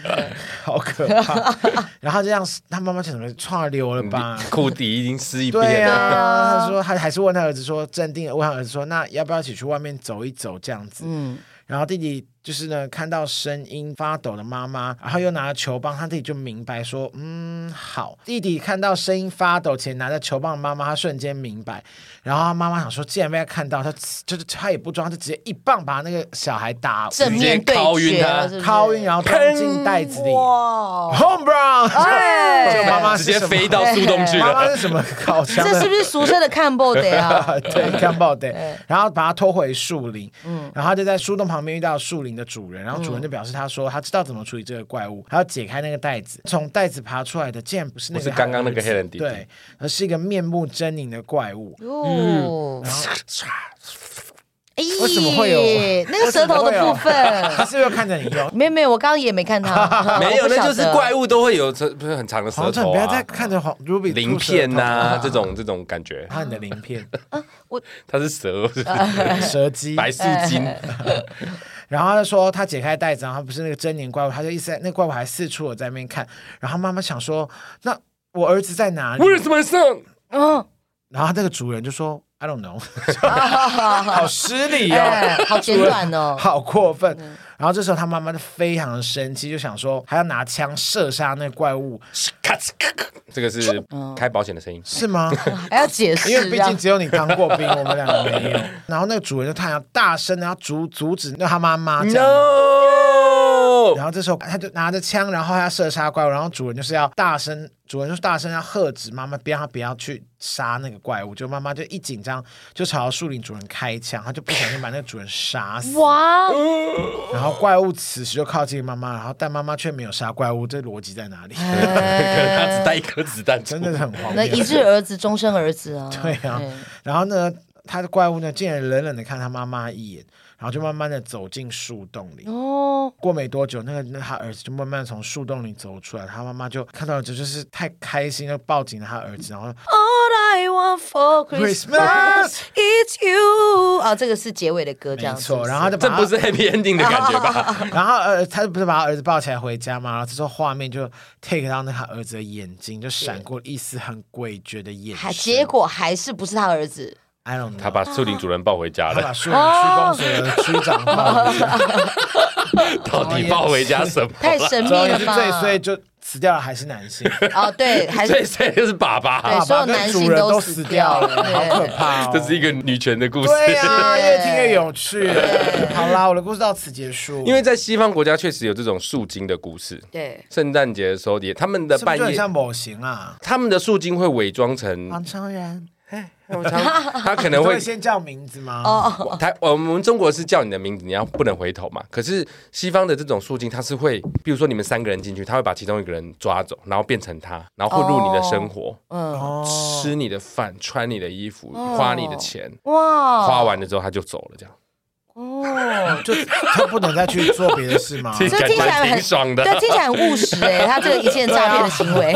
好可怕！然后这样，他妈妈整个串流了 吧？库迪已经撕一对遍呀、了，啊他说他还是问他儿子说，镇定地问他儿子说，那要不要一起去外面走一走这样子？嗯，然后弟弟就是呢，看到声音发抖的妈妈，然后又拿着球棒，他弟弟就明白说，嗯，好。弟弟看到声音发抖且拿着球棒的妈妈，他瞬间明白。然后他妈妈想说，既然被他看到，他就是他也不装，他就直接一棒把那个小孩打正面对敲晕决啊他了，是不是敲晕，然后装进袋子里。哇， Home run！哎这个妈妈直是接什么飞到树洞去妈妈了。是什么搞枪的？这是不是啊俗称的看 b o 的呀？对，干爆对，然后把他拖回树林，然后他就在树洞旁边遇到树林的主人，然后主人就表示他说他知道怎么处理这个怪物，他要解开那个袋子，从袋子爬出来的竟然不是那个不是刚刚那个他儿子黑人弟弟对，而是一个面目狰狞的怪物。哦，哎，为什么会有那个舌头的部分？他是不是看着 你啊用？没有没有，我刚刚也没看他，没有，那就是怪物。物都会有这不是很长的舌黄总，头不要再啊，看着黄 Ruby 鳞片啊呐、呐这种这种感觉，看你的鳞 片、它是蛇， 是不是蛇姬，白素精，然后他就说他解开袋子，然后不是那个狰狞怪物，他就一直在那个怪物还四处的在那边看。然后妈妈想说，那我儿子在哪里？ Where's my son？嗯，然后那个主人就说 I don't know，好失礼 哦。哎，好简 短哦。好过分！然后这时候他妈妈就非常的生气，就想说还要拿枪射杀那个怪物，咔哧咔咔这个是嗯开保险的声音。是吗？还要解 释，因为毕这样竟只有你当过兵，我们两个没有。然后那个主人就太阳大声的要阻阻止那他妈妈这样。 No！然后这时候他就拿着枪，然后他要射杀怪物，然后主人就是要大声，主人就是大声要喝止妈妈，不要他不要去杀那个怪物。就妈妈就一紧张，就朝树林主人开枪，他就不小心把那个主人杀死。哇，然后怪物此时就靠近妈妈，然后但妈妈却没有杀怪物，这逻辑在哪里？可能他只带一颗子弹出真的是很荒 哎那一谬。日儿子，终身儿子啊。对啊，然后呢，他的怪物呢，竟然冷冷的看他妈妈一眼，然后就慢慢的走进树洞里。哦，过没多久，那个那他儿子就慢慢从树洞里走出来，他妈妈就看到了，这就是太开心，就抱紧了他儿子，然后嗯 All I want for Christmas Christmas is you。啊，这个是结尾的歌，这没样是不错，是然后他就这把他不是 happy ending 的感觉吧？ 然后呃，他不是把他儿子抱起来回家嘛，然后这时候画面就 take 到那他儿子的眼睛，就闪过一丝很诡谲的眼还神。结果还是不是他儿子？ I don't know，他把树林主人抱回家他了 把，树林哦区公所的区长抱回 家，到底抱回家什么？太神秘总而言了之吧？最衰就死掉了，还是男性，哦，对，还最是谁就是爸对爸，爸哎所有爸男跟性主人都都死死掉掉了了，好可怕哦！这是一个女权的故事。对啊，对越听越有趣。好啦，我的故事到此结束。因为在西方国家确实有这种树精的故事。对，圣诞节的时候也，他们的是不半是就很夜，像某型啊？他们的树精会伪装成， 王超然， 他可你能会会先叫名字吗？哦我台我们中国是叫你的名字，你要不能回头嘛。可是西方的这种肃静，它是会，比如说你们三个人进去，他会把其中一个人抓走，然后变成他，然后混入你的生活，嗯，哦，吃你的饭，穿你的衣服，哦花你的钱，哦哇，花完了之后他就走了，这样。哦，就他不能再去做别的事 吗？这这感听起来觉很挺爽的，对，听起来很务实哎，他这个一件诈骗的行为，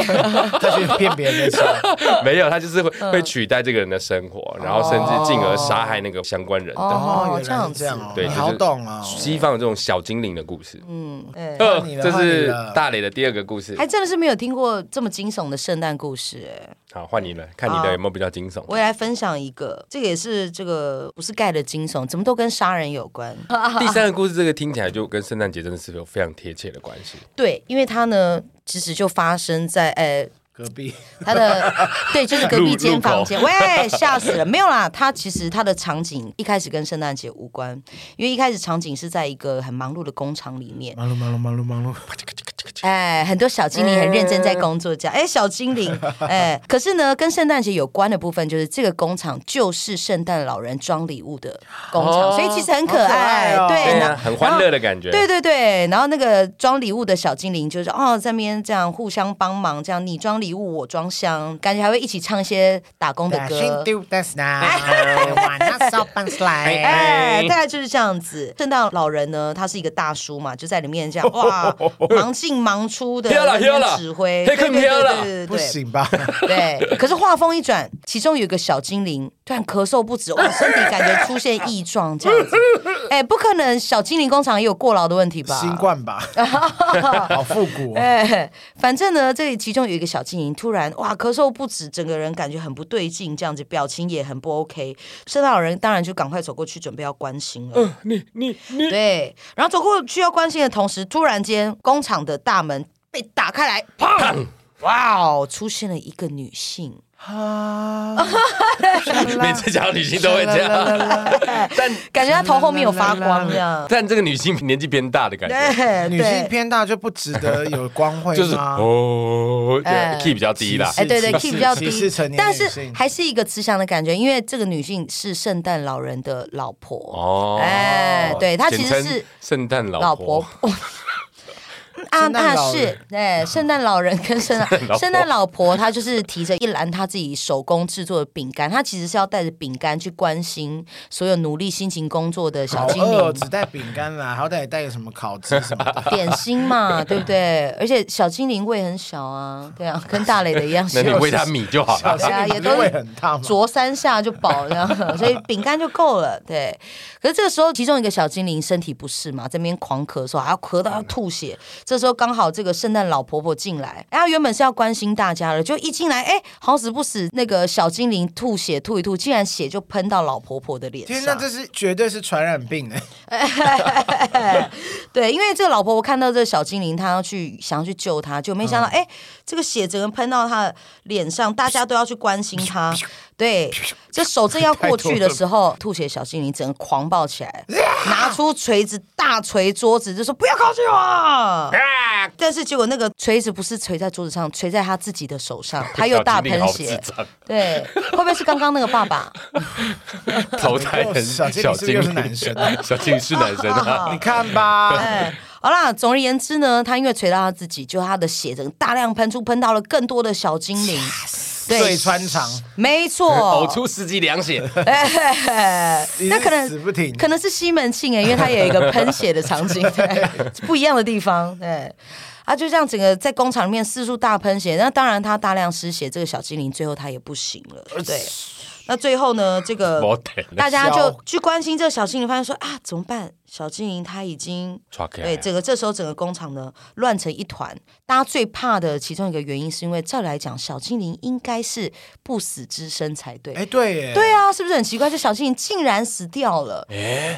再去骗别人的钱。 没有，他就是会嗯会取代这个人的生活，然后甚至进而杀害那个相关人等。 哦，原这来样是子这，样哦，对你就是好懂哦。西方的这种小精灵的故事，嗯， 对呃换哎你，了这换你是了大磊的第二个故事还。真的是没有听过这么惊悚的圣诞故事哎。好，换你了，看你好的有没有比较惊悚。 我也来分享一个，这个也是这个不是盖的惊悚，怎么都跟杀人有关。第三个故事，这个听起来就跟圣诞节真的是有非常贴切的关系。对，因为它呢，其实就发生在呃隔 壁他的对，就是隔路壁路间口房间，喂，吓死了，没有啦。他其实他的场景一开始跟圣诞节无关，因为一开始场景是在一个很忙碌的工厂里面，忙碌忙碌忙碌忙碌，哎，很多小精灵很认真嗯在工作，这样，哎，小精灵，哎，可是呢，跟圣诞节有关的部分就是这个工厂就是圣诞老人装礼物的工厂，哦所以其实很可好可爱，爱哦 对，对然啊，后很欢乐的感觉。对对对，然后那个装礼物的小精灵就是哦，在那边这样互相帮忙，这样你装礼物，我装箱，感觉还会一起唱一些打工的呃歌。 do this now，晚哎上上班来。哎，大概就是这样子。圣诞老人呢，他是一个大叔嘛，就在里面这样哇，忙进忙 出的飘啦在那边飘啦指挥，嘿对更对对飘啦对对不 对行吧？对。可是话锋一转，其中有一个小精灵突然咳嗽不止，哇，身体感觉出现异状 这样子。哎，不可能，小精灵工厂也有过劳的问题吧？新冠 吧，好复古哦。哎， 反正呢，这里其中有一个小精灵突然哇咳嗽不止，整个人感觉很不对劲，这样子表情也很不 OK。圣诞老人当然就赶快走过去，准备要关心了。嗯你你你，对，然后走过去要关心的同时，突然间工厂的大门被打开来，砰！哇哦，出现了一个女性。啊，哎 啊每次讲到女性都会这样，但感觉她头后面有发光这样。但这个女性年纪偏大的感觉，对，啊哎女性对，偏大就不值得有光辉就是吗？哦哎对，key 比较低啦歧。视哎，对歧对，key 视比较歧视成低，年但女是性还是一个慈祥的感觉，因为这个女性是圣诞老人的老婆。哦，哎对她其实简称是圣诞老老婆婆，。 啊，圣诞那老人是哎，圣诞老人跟圣诞老诞婆 圣诞老婆，她就是提着一篮她自己手工制作的饼干，她其实是要带着饼干去关心所有努力辛勤工作的小好精饿哦，灵，只带饼干啦，好歹也带个什么烤鸡什么 的。点心嘛，对不对？而且小精灵胃很小啊，对啊，跟大磊的一样 那小你，喂她米就好小了。心啊你也不都是是胃很大吗？啄三下就饱了，所以饼干就够了。对，可是这个时候其中一个小精灵身体不适嘛，在那边狂咳嗽，还要咳到要吐血。这时候刚好这个圣诞老婆婆进来，然后原本是要关心大家的，就一进来，哎，好死不死，那个小精灵吐血吐一吐，竟然血就喷到老婆婆的脸天哪，上。这是绝对是传染病哎！对，因为这个老婆婆看到这个小精灵，她要去想要去救她，就没想到，嗯哎、这个血整个喷到她的脸上，大家都要去关心她。对，这手正要过去的时候，吐血小精灵整个狂暴起来，拿出锤子大锤桌子，就说不要靠近我。啊啊但是结果那个锤子不是锤在桌子上，锤在他自己的手上，他又大 喷小精灵血好。智障对，会不会是刚刚那个爸爸？投胎很小精灵是不是又是男生啊小精灵是男生啊，哦你看吧，哎，好啦，总而言之呢，他因为锤到他自己，就他的血整个大量喷出，喷到了更多的小精灵。对最穿肠，没错呕，出十几两血，哎，那可一直死能不停。可能是西门庆哎，因为它有一个喷血的场 景，对，不一样的地方，对。啊，就这样，整个在工厂里面四处大喷血，那当然他大量失血，这个小精灵最后他也不行了，呃对。那最后呢，这个没得了大家笑就去关心这个小精灵，发现说啊，怎么办？小精灵他已经抓起来对整个这时候整个工厂呢乱成一团。大家最怕的其中一个原因，是因为照理来讲，小精灵应该是不死之身才对。哎，对耶，对啊，是不是很奇怪？这小精灵竟然死掉了，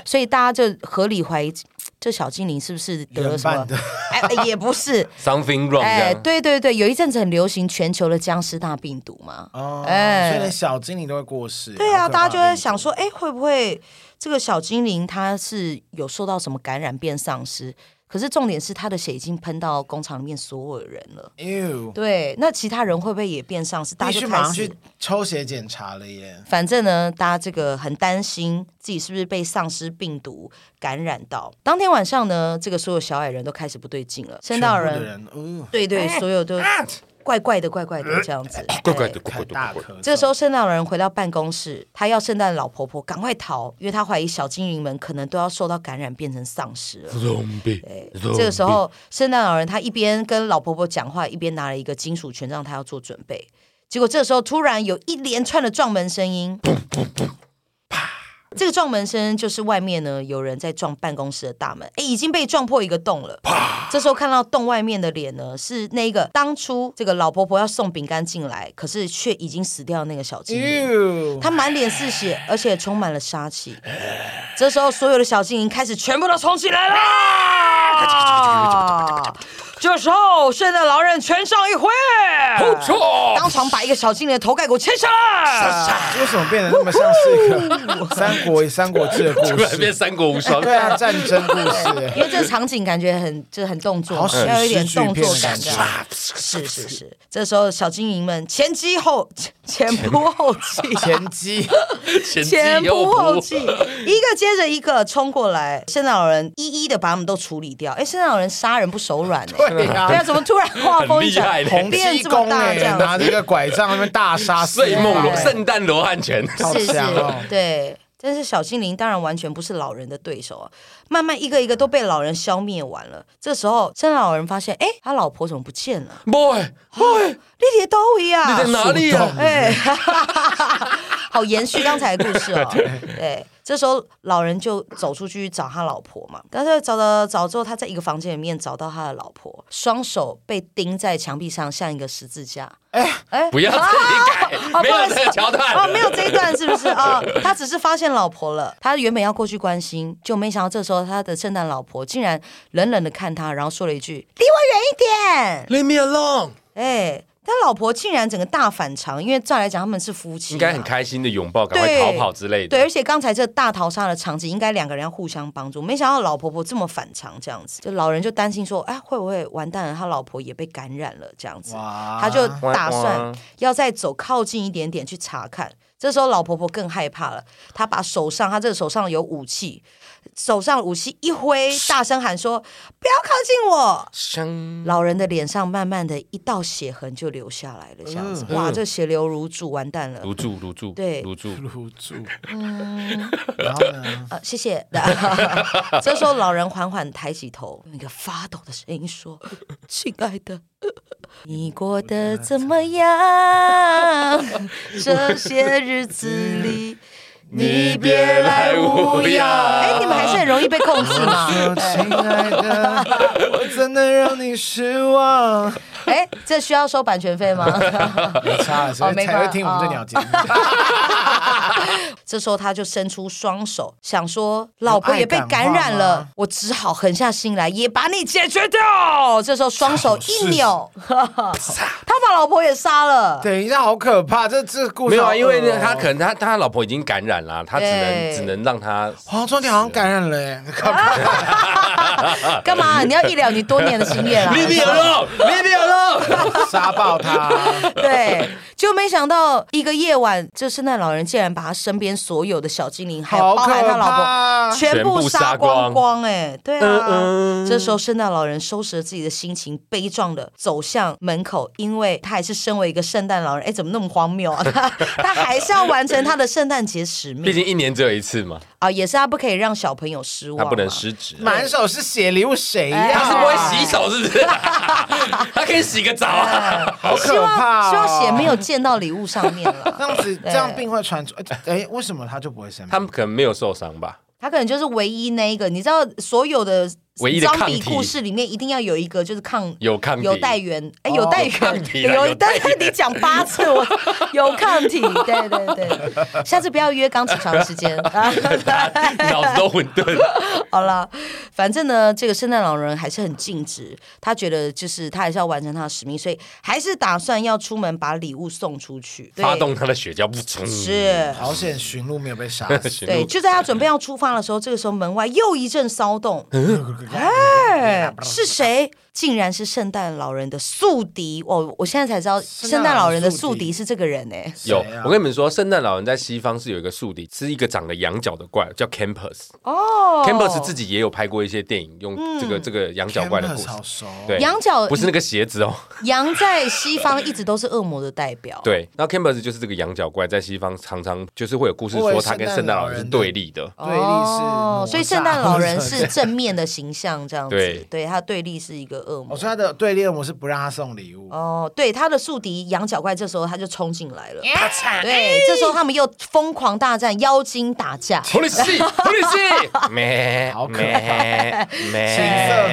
所以大家就合理怀疑这小精灵是不是得了人什么扮的？哎，哎也不是， ，something wrong，这哎，样对对对，有一阵子很流行全球的僵尸大病毒嘛，哦，哎所以连小精灵都会过世。对好啊，可大怕家就会的想说，哎，会不会这个小精灵它是有受到什么感染变丧尸？可是重点是他的血已经喷到工厂里面所有人了。 ，you 对，那其他人会不会也变丧尸？大必家须就马开上始去，抽血检查了耶。反正呢，大家这个很担心自己是不是被丧尸病毒感染到。当天晚上呢，这个所有小矮人都开始不对劲了，全生到部的人，人，哦，对对，所有都怪怪的，怪怪的这样子，哎啊怪怪的，对。怪怪开的，大怪咳怪的。嗽。这时候，圣诞老人回到办公室，他要圣诞老婆婆赶快逃，因为他怀疑小精灵们可能都要受到感染，变成丧尸了。 Zombie，这个时候，圣诞老人他一边跟老婆婆讲话，一边拿了一个金属拳让她要做准备。结果这时候突然有一连串的撞门声音，这个撞门声就是外面呢有人在撞办公室的大门，哎，已经被撞破一个洞了。这时候看到洞外面的脸呢，是那个当初这个老婆婆要送饼干进来，可是却已经死掉的那个小精灵。 You，他满脸是血，而且充满了杀气。这时候，所有的小精灵开始全部都冲起来了。这时候，圣诞老人拳上一挥，错，啊 当场把一个小精灵的头盖骨切下来。为什么变得那么像是一个三国三国志的故突 然变事？三国无双，对啊，战争故事。因为这个场景感觉很就是很动作好嘛，史要有一点诗巨动片作的感感这觉样。是是是，这时候小精灵们前击后前仆后继，田鸡， 前继前仆后后仆继，一个接着一个冲过来，圣诞老人一一的把他们都处理掉。哎，圣诞老人杀人不手软哎、对对啊，呀，怎么突然画风一很转厉害，洪变七这么公大哎这，样子？欸拿着一个拐杖在那边大杀四睡梦罗哎方圣诞罗汉拳， 好是是强哦，，对。但是小精灵当然完全不是老人的对手啊，慢慢一个一个都被老人消灭完了。这时候，圣诞老人发现，哎，他老婆怎么不见了？ boy，啊你也都一你哎在样，哪里啊？哎， 哈哈哈哈好延续刚才的故 事哦。对，这时候老人就走出去找他老婆嘛，但是找找找之后，他在一个房间里面找到他的老婆，双手被钉在墙壁上，像一个十字架。哎哎不 要自己改，没有这个桥哦，段，没有这一段是不是啊、哦他只是发现老婆了，他原本要过去关心，就没想到这时候他的圣诞老婆竟然冷冷的看他，然后说了一句：“离我远一点。 ，Leave me alone，” 哎，他老婆竟然整个大反常，因为照来讲他们是夫妻嘛，啊应该很开心的拥抱，赶快对，逃跑之类的，对，而且刚才这大逃杀的场景，应该两个人要互相帮助，没想到老婆婆这么反常，这样子，就老人就担心说，哎，会不会完蛋了？他老婆也被感染了，这样子，哇他就哇打算哇要再走靠近一点点去查看。这时候老婆婆更害怕了，她把手上，她这个手上有武器，手上武器一挥，大声喊说：“不要靠近我！”香老人的脸上慢慢的一道血痕就流下来了，这样嗯子，哇，这血流如注，完蛋了。如住如住，对如住，入住。然后呢？呃，谢谢。 这时候老人缓缓抬起头，用一个发抖的声音说：“亲爱的，你过得怎么样？这些日子里，你别来无恙。”哎，你们还是很容易被控制嘛？ 说亲爱的，我怎能让你失望？哎，这需要收版权费吗？没差了，哦谁没才关会听我们这鸟节目？ 这时候他就伸出双手，想说老婆也被感染有爱感化了吗，我只好狠下心来也把你解决掉。这时候双手一扭， 哈哈他把老婆也杀了。等一下，好可怕！这这故事没有好啊，恶哦因为呢，他可能他他老婆已经感染啦，他只能对啊只能让他黄忠哦典好像感染了耶，啊干嘛？你要一 了你多年的经验啊啦。 leave me alone，leave me alone。 杀爆他！ 对，就没想到一个夜晚，这圣诞老人竟然把他身边所有的小精灵，还有包含他老婆，全部杀光光、哎，对嗯啊。这时候，圣诞老人收拾了自己的心情，悲壮的走向门口，因为他还是身为一个圣诞老人，哎，怎么那么荒谬 啊？他他还是要完成他的圣诞节使毕命竟一年只有一次嘛，啊，也是他不可以让小朋友失望嘛，他不能失职。啊满手是血，礼物谁哎呀？他是不会洗手是不 是？他可以洗个澡啊。好希可望怕、哦！希望血没有溅到礼物上面了。这样子，这对样病会传出。哎，为什么他就不会生 病？他们可能没有受伤吧？他可能就是唯一那一个，你知道所有的唯一的抗体比故事里面一定要有一个就是抗有抗体有带源，哎，哦有带有抗体源，啦有带但源是你讲八次 我有抗体，对对对，下次不要约钢琴长时间。 啊 脑子都混 沌。好了，反正呢，这个圣诞老人还是很尽职，他觉得就是他还是要完成他的使命，所以还是打算要出门把礼物送出去，对发动嗯他的血浆，不冲。是。好险，驯鹿没有被杀 死。对，就在他准备要出发的时候，这个时候门外又一阵骚动，哎，是谁？竟然是圣诞老人的宿敌！哦我我现在才知道，圣诞老人的宿敌是这个人呢、欸有谁啊，我跟你们说，圣诞老人在西方是有一个宿敌，是一个长得羊角的怪，叫 Campus。哦嗯 Campus 自己也有拍过一些电影，用这个这个羊角怪的故事 Campus。好熟哦。对，羊角不是那个鞋子哦。 羊在西方一直都是恶魔的代表。，对，那 Campus 就是这个羊角怪，在西方常常就是会有故事我以说为他跟圣诞老人是圣诞老对人立 的。对立是哪吒哦所以圣诞老人 是正面的形象，这样子。对他对立是一个恶魔我。说哦他的对立恶魔是不让他送礼物。哦，对，他的宿敌羊角怪这时候他就冲进来了。对，这时候他们又疯狂大战，妖精打架。狐狸戏，狐狸戏， 咩，好可怕咩，琴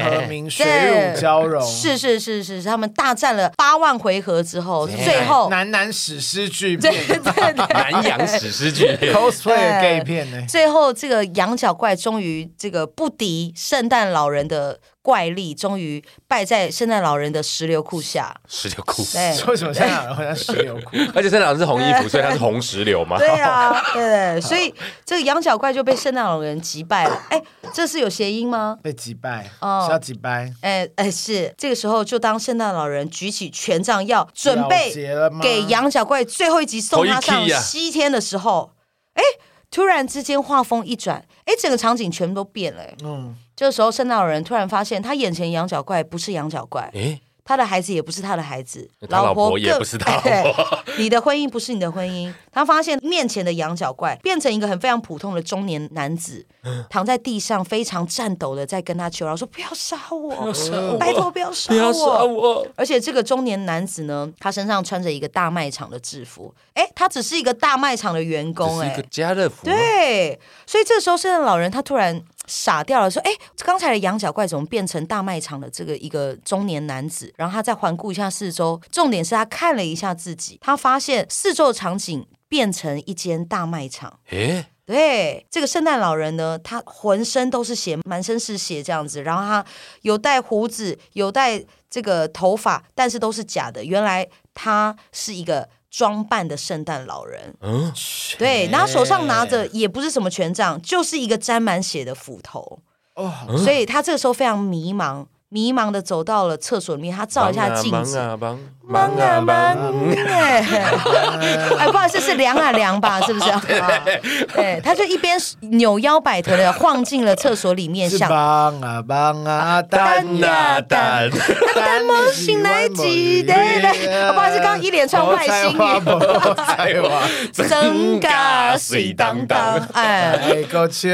瑟和咩，鸣，水乳交融，哎是是是是，是他们大战了八万回合之后，最后男男哎史诗巨 对变对对， 南洋史诗 剧。 ，cosplay 的 gay 片呢？最后这个羊角怪终于这个不敌圣诞老人的怪力，终于败在圣诞老人的石榴裤下。石榴裤， 对为什么现在有人会像石榴裤？而且圣诞老人是红衣服，所以他是红石榴嘛。对啊，对，所以这个羊角怪就被圣诞老人击败了。哎，这是有谐音吗？被击败，哦是要击败，哎哎，是这个时候，就当圣诞老人举起权杖要准了备结了吗？给羊角怪最后一集送他上 Hoiki 啊西天的时候，哎，突然之间画风一转，哎，整个场景全部都变了。哎嗯，这时候，圣诞老人突然发现，他眼前羊角怪不是羊角怪， 诶，他的孩子也不是他的孩子，他老婆婆也更不是他老婆对 你的婚姻不是你的婚姻。他发现面前的羊角怪变成一个很非常普通的中年男子，嗯躺在地上非常颤抖的在跟他求饶，说不要杀我，拜托不要杀不要杀我。我！而且这个中年男子呢，他身上穿着一个大卖场的制服，哎，他只是一个大卖场的员只工，是一哎个，家乐福吗，对，所以这时候圣诞老人他突然傻掉了，说：“哎，刚才的羊角怪怎么变成大卖场的这个一个中年男子？”然后他再环顾一下四周，重点是他看了一下自己，他发现四周的场景变成一间大卖场。诶，对，这个圣诞老人呢，他浑身都是血，满身是血这样子，然后他有戴胡子，有戴这个头发，但是都是假的。原来他是一个装扮的圣诞老人。嗯，对，然后手上拿着也不是什么权杖，就是一个沾满血的斧头，哦，好嗯所以他这个时候非常迷茫，迷茫的走到了厕所里面，他照一下镜忙子。啊忙，忙啊忙哎！哎，不好意思，是凉啊凉吧， 是不是？啊对，他就一边扭腰摆臀的晃进了厕所里面，是想帮啊帮啊，单啊蛋，单啊梦醒来几对对，啊不好意思，刚刚一连串外星语， 哎语。真嘎水当当， 哎哎，够秋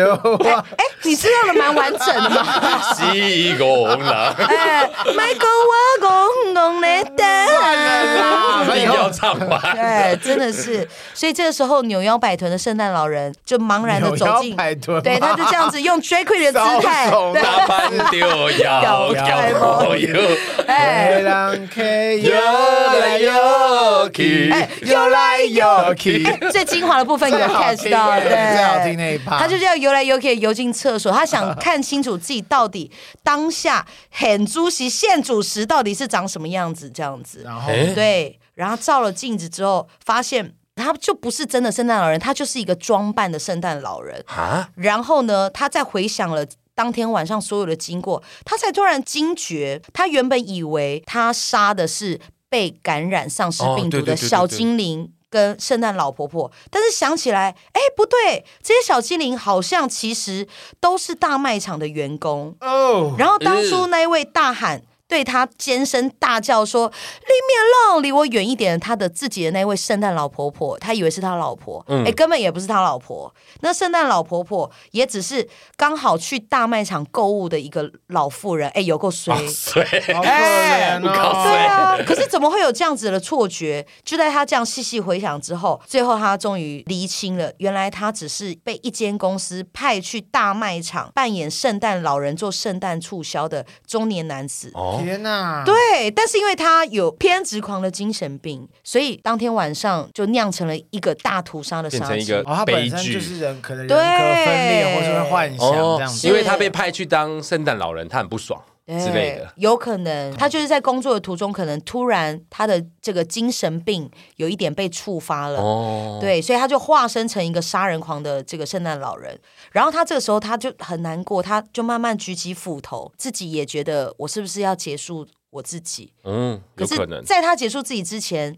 啊！哎，你知道的蛮完整的 嘛。西贡啦，哎，买个我公公的蛋。一定要唱完。对，真的是，所以这个时候扭腰摆臀的圣诞老人就茫然的扭走腰进，摆 臀吗对，他就这样子用 drag queen 的姿态，搔首对大班丢 摇摇我又哎，哎让 K 游游来来游游去去，，游哎来游去，哎最精华的部分 有最人好 catch 听到，的最好听对。那一趴，他就这样游来游去，游进厕所。他想看清楚自己到底当下很主席现主食到底是长什么样子，这样子。然后哎，对，然后照了镜子之后，发现他就不是真的圣诞老人，他就是一个装扮的圣诞老人。啊，然后呢，他再回想了当天晚上所有的经过，他才突然惊觉，他原本以为他杀的是被感染丧尸哦病毒对对的对对小对精灵。跟圣诞老婆婆，但是想起来，哎，不对，这些小精灵好像其实都是大卖场的员工。哦，然后当初那一位大喊对他尖声大叫说：“离面浪，离我远一点！”他的自己的那位圣诞老婆婆，他以为是他老婆，哎、根本也不是他老婆。那圣诞老婆婆也只是刚好去大卖场购物的一个老妇人，哎、有够衰。对， 好可怜哎搞哦死。对啊，可是怎么会有这样子的错觉？就在他这样细细回想之后，最后他终于厘清了，原来他只是被一间公司派去大卖场扮演圣诞老人做圣诞促销的中年男子。哦，天哪！对，但是因为他有偏执狂的精神病，所以当天晚上就酿成了一个大屠杀的变杀成一机。个哦，他悲本身就剧是人，可能人对格分裂，或是会幻想这样哦子。因为他被派去当圣诞老人，他很不爽对之类的。有可能他就是在工作的途中，可能突然他的这个精神病有一点被触发了，哦，对，所以他就化身成一个杀人狂的这个圣诞老人。然后他这个时候他就很难过，他就慢慢举起斧头，自己也觉得我是不是要结束我自己？嗯，有可是能，在他结束自己之前，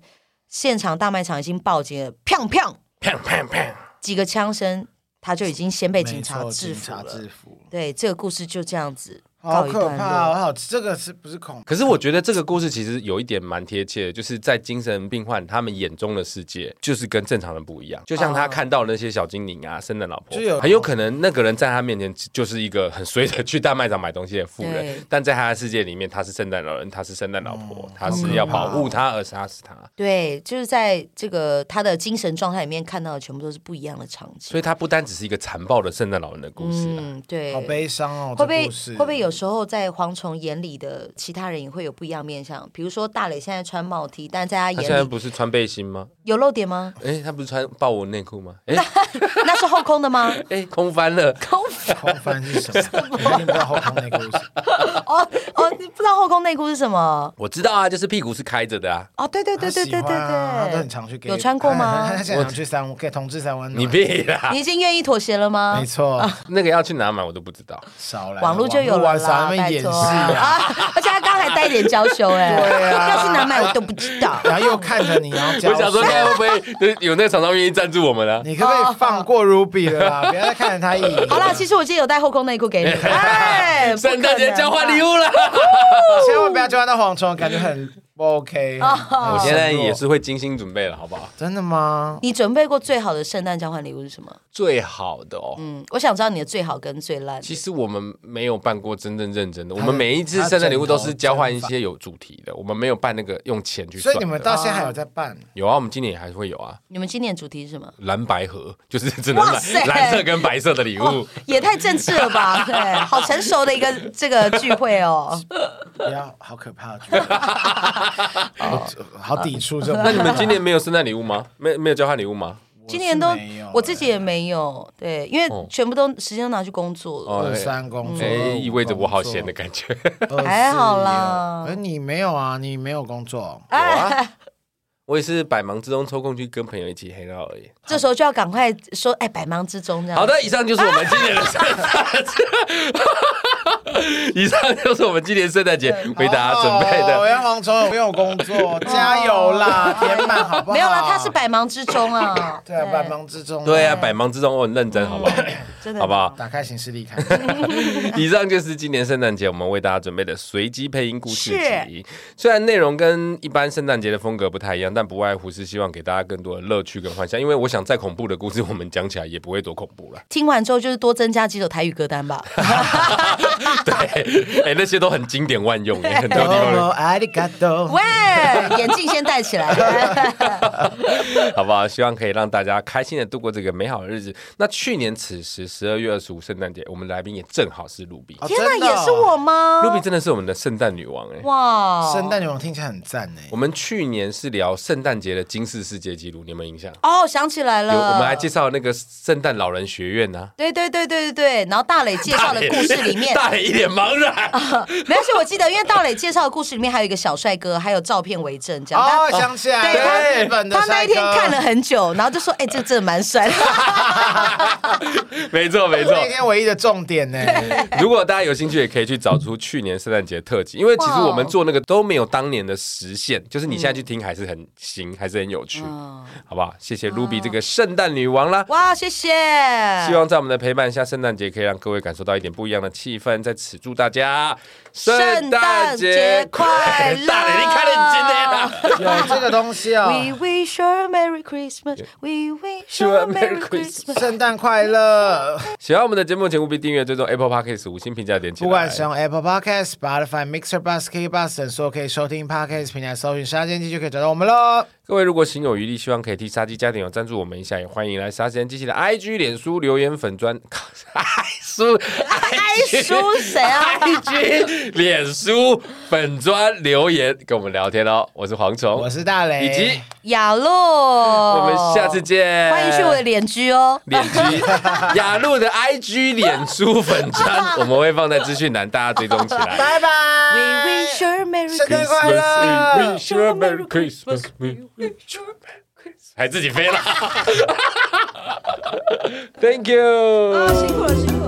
现场大卖场已经报警了，砰砰砰砰砰，几个枪声，他就已经先被没警察错制服警察了。制服，对，这个故事就这样子好告一可段怕哦！落。好，这个是不是恐？可是我觉得这个故事其实有一点蛮贴切的，就是在精神病患他们眼中的世界，就是跟正常人不一样。就像他看到那些小精灵啊、圣诞老婆就有，很有可能那个人在他面前就是一个很随的去大卖场买东西的富人对，但在他的世界里面，他是圣诞老人，他是圣诞老婆，他是要保护他而杀死他，对，就是在这个他的精神状态里面看到的全部都是不一样的场景。所以他不单只是一个残暴的圣诞老人的故事啊。嗯，对，好悲伤哦！会不会这故事会不会有时候在蝗虫眼里的其他人也会有不一样面相？比如说大磊现在穿帽 T，但在他他现在眼里不是穿背心吗？有漏点吗？哎，他不是穿豹纹内裤吗？哎那是后空的吗？哎，空翻了，空空翻是什么？ 我有点不知道后空那个故事。哦哦，你不知道后空内裤是什么？我知道啊，就是屁股是开着的啊。哦，对对对对对对啊他都很对，常去给有穿过吗 他他他现在常去三给同志三温 暖。你屁啦！你已经愿意妥协了吗没？错，那个要去哪买我都不知道。少来啊网络就有网了玩啥啦，他们拜演戏托啊，啊！而且他刚才带一点娇羞哎，对啊要是哪买我都不知道。 然后又看着你，然后 我教想说，看会不会 有有那个厂商愿意赞助我们啊呢、你可不可以放过 Ruby 了 啦？不要再看着他一眼。好啦，其实我今天有带后空内裤给你，哎，不可圣诞节能啊交换吧礼物啦！千万不要交换到蝗虫，感觉很不 OK。我哦我现在也是会精心准备了，好不好？真的吗？你准备过最好的圣诞交换礼物是什么？最好的哦。嗯，我想知道你的最好跟最烂的。其实我们没有办过真正认真的，我的们每一次圣诞礼物都是交换一些有主题的，我们没有办那个用钱去所算以的。你们到现在还有在 办？有啊？我们今年也还是会有啊，你们今年主题是什么？蓝白盒就是只能买哇塞蓝色跟白色的礼物 哦。，也太正式了 吧！对，好成熟的一个这个聚会哦。不要，好可怕！我觉 得我好抵触这种。那你们今年没有圣诞礼物吗？没没有交换礼物吗？今年都我是没有哎我自己也没有，对，因为哦全部都时间都拿去工作了。哦二，三工作，哎， 25意味着我好闲的工感觉。作，还好24啦也有哎，你没有啊？你没有工作，有啊，我也是百忙之中抽空去跟朋友一起黑到而已。这时候就要赶快说，哎，百忙之中这样。好，的，以上就是我们今年的圣诞节， 以上就是我们今年圣诞节为大家准备哦我的。要蝗虫有没有工作？加油啦，填满好不好？没有啦，他是百忙之中啊。 对啊，百忙之 中。对啊，百忙之中我很认真，好 不好？真的好不好？打开行事历 看。以上就是今年圣诞节我们为大家准备的随机配音故事集是。虽然内容跟一般圣诞节的风格不太一样，但不外乎是希望给大家更多的乐趣跟幻想。因为我想，再恐怖的故事我们讲起来也不会多恐怖了。听完之后就是多增加几首台语 歌单吧。对， 哎、那些都很经典万用耶，哎很多地方都哦，阿里嘎多。喂，眼镜先 戴起来。哦好不好？希望可以让大家开心的度过这个美好的日子。那去年此时十二月二十五圣诞节，我们来宾也正好是露比。哦天哪，真的哦也是我吗？露比真的是我们的圣诞女王哎、哇，圣诞女王听起来很赞欸呢。我们去年是聊圣诞节的金氏世界纪录，你有没有印象？哦，想起来了，有，我们还介绍那个圣诞老人学院呢、啊对对对对对对，然后大磊介绍的故事里面，大磊一脸茫然。 没关系，我记得，因为大磊介绍的故事里面还有一个小帅哥，还有照片为证，这样。哦，他想起来对了，他日本的他那帅一天哥看了很久，然后就说：“哎、这真的蛮帅的。没错，没错。那天唯一的重点欸呢， 如果大家有兴趣，也可以去找出去年圣诞节特辑，因为其实哇哦我们做那个都没有当年的实现，就是你现在去听还是很行，还是很有趣，嗯好不好？谢谢 Ruby 这个圣诞女王啦”。哇，谢谢。希望在我们的陪伴下，圣诞节可以让各位感受到一点不一样的气氛。在此祝大家圣诞节快乐大磊，你看得很真的呀！有这个东西哦。 We wish you a Merry Christmas. We wish you Sure, a Merry Merry Christmas. 圣诞 快乐！喜欢我们的节目，请务必订阅、追踪 Apple Podcast 五星评价点起来。不管是用 Apple Podcast、Spotify、Mixer、Bus、K Bus 等所有可以收听 Podcast 平台搜寻“沙间机”就可以找到我们喽。各位如果行有余力，希望可以替杀鸡加点油赞助我们一下，也欢迎来杀鸡机器的 IG、脸书留言粉砖， 爱书爱书谁 啊？ IG、脸书粉砖留言跟我们聊天哦。我是蝗虫，我是哎大雷，以及雅洛，我我们下次见，欢迎去我的脸居哦。脸居雅鹿的 IG 脸书粉 砖，我们会放在资讯栏，大家追踪起来。拜拜 We wish you a Merry 圣 Christmas. 诞快乐！ We wish you a Merry Christmas. We wish you a Merry Christmas. 还自己飞了，Thank you，啊，辛苦了，辛苦了。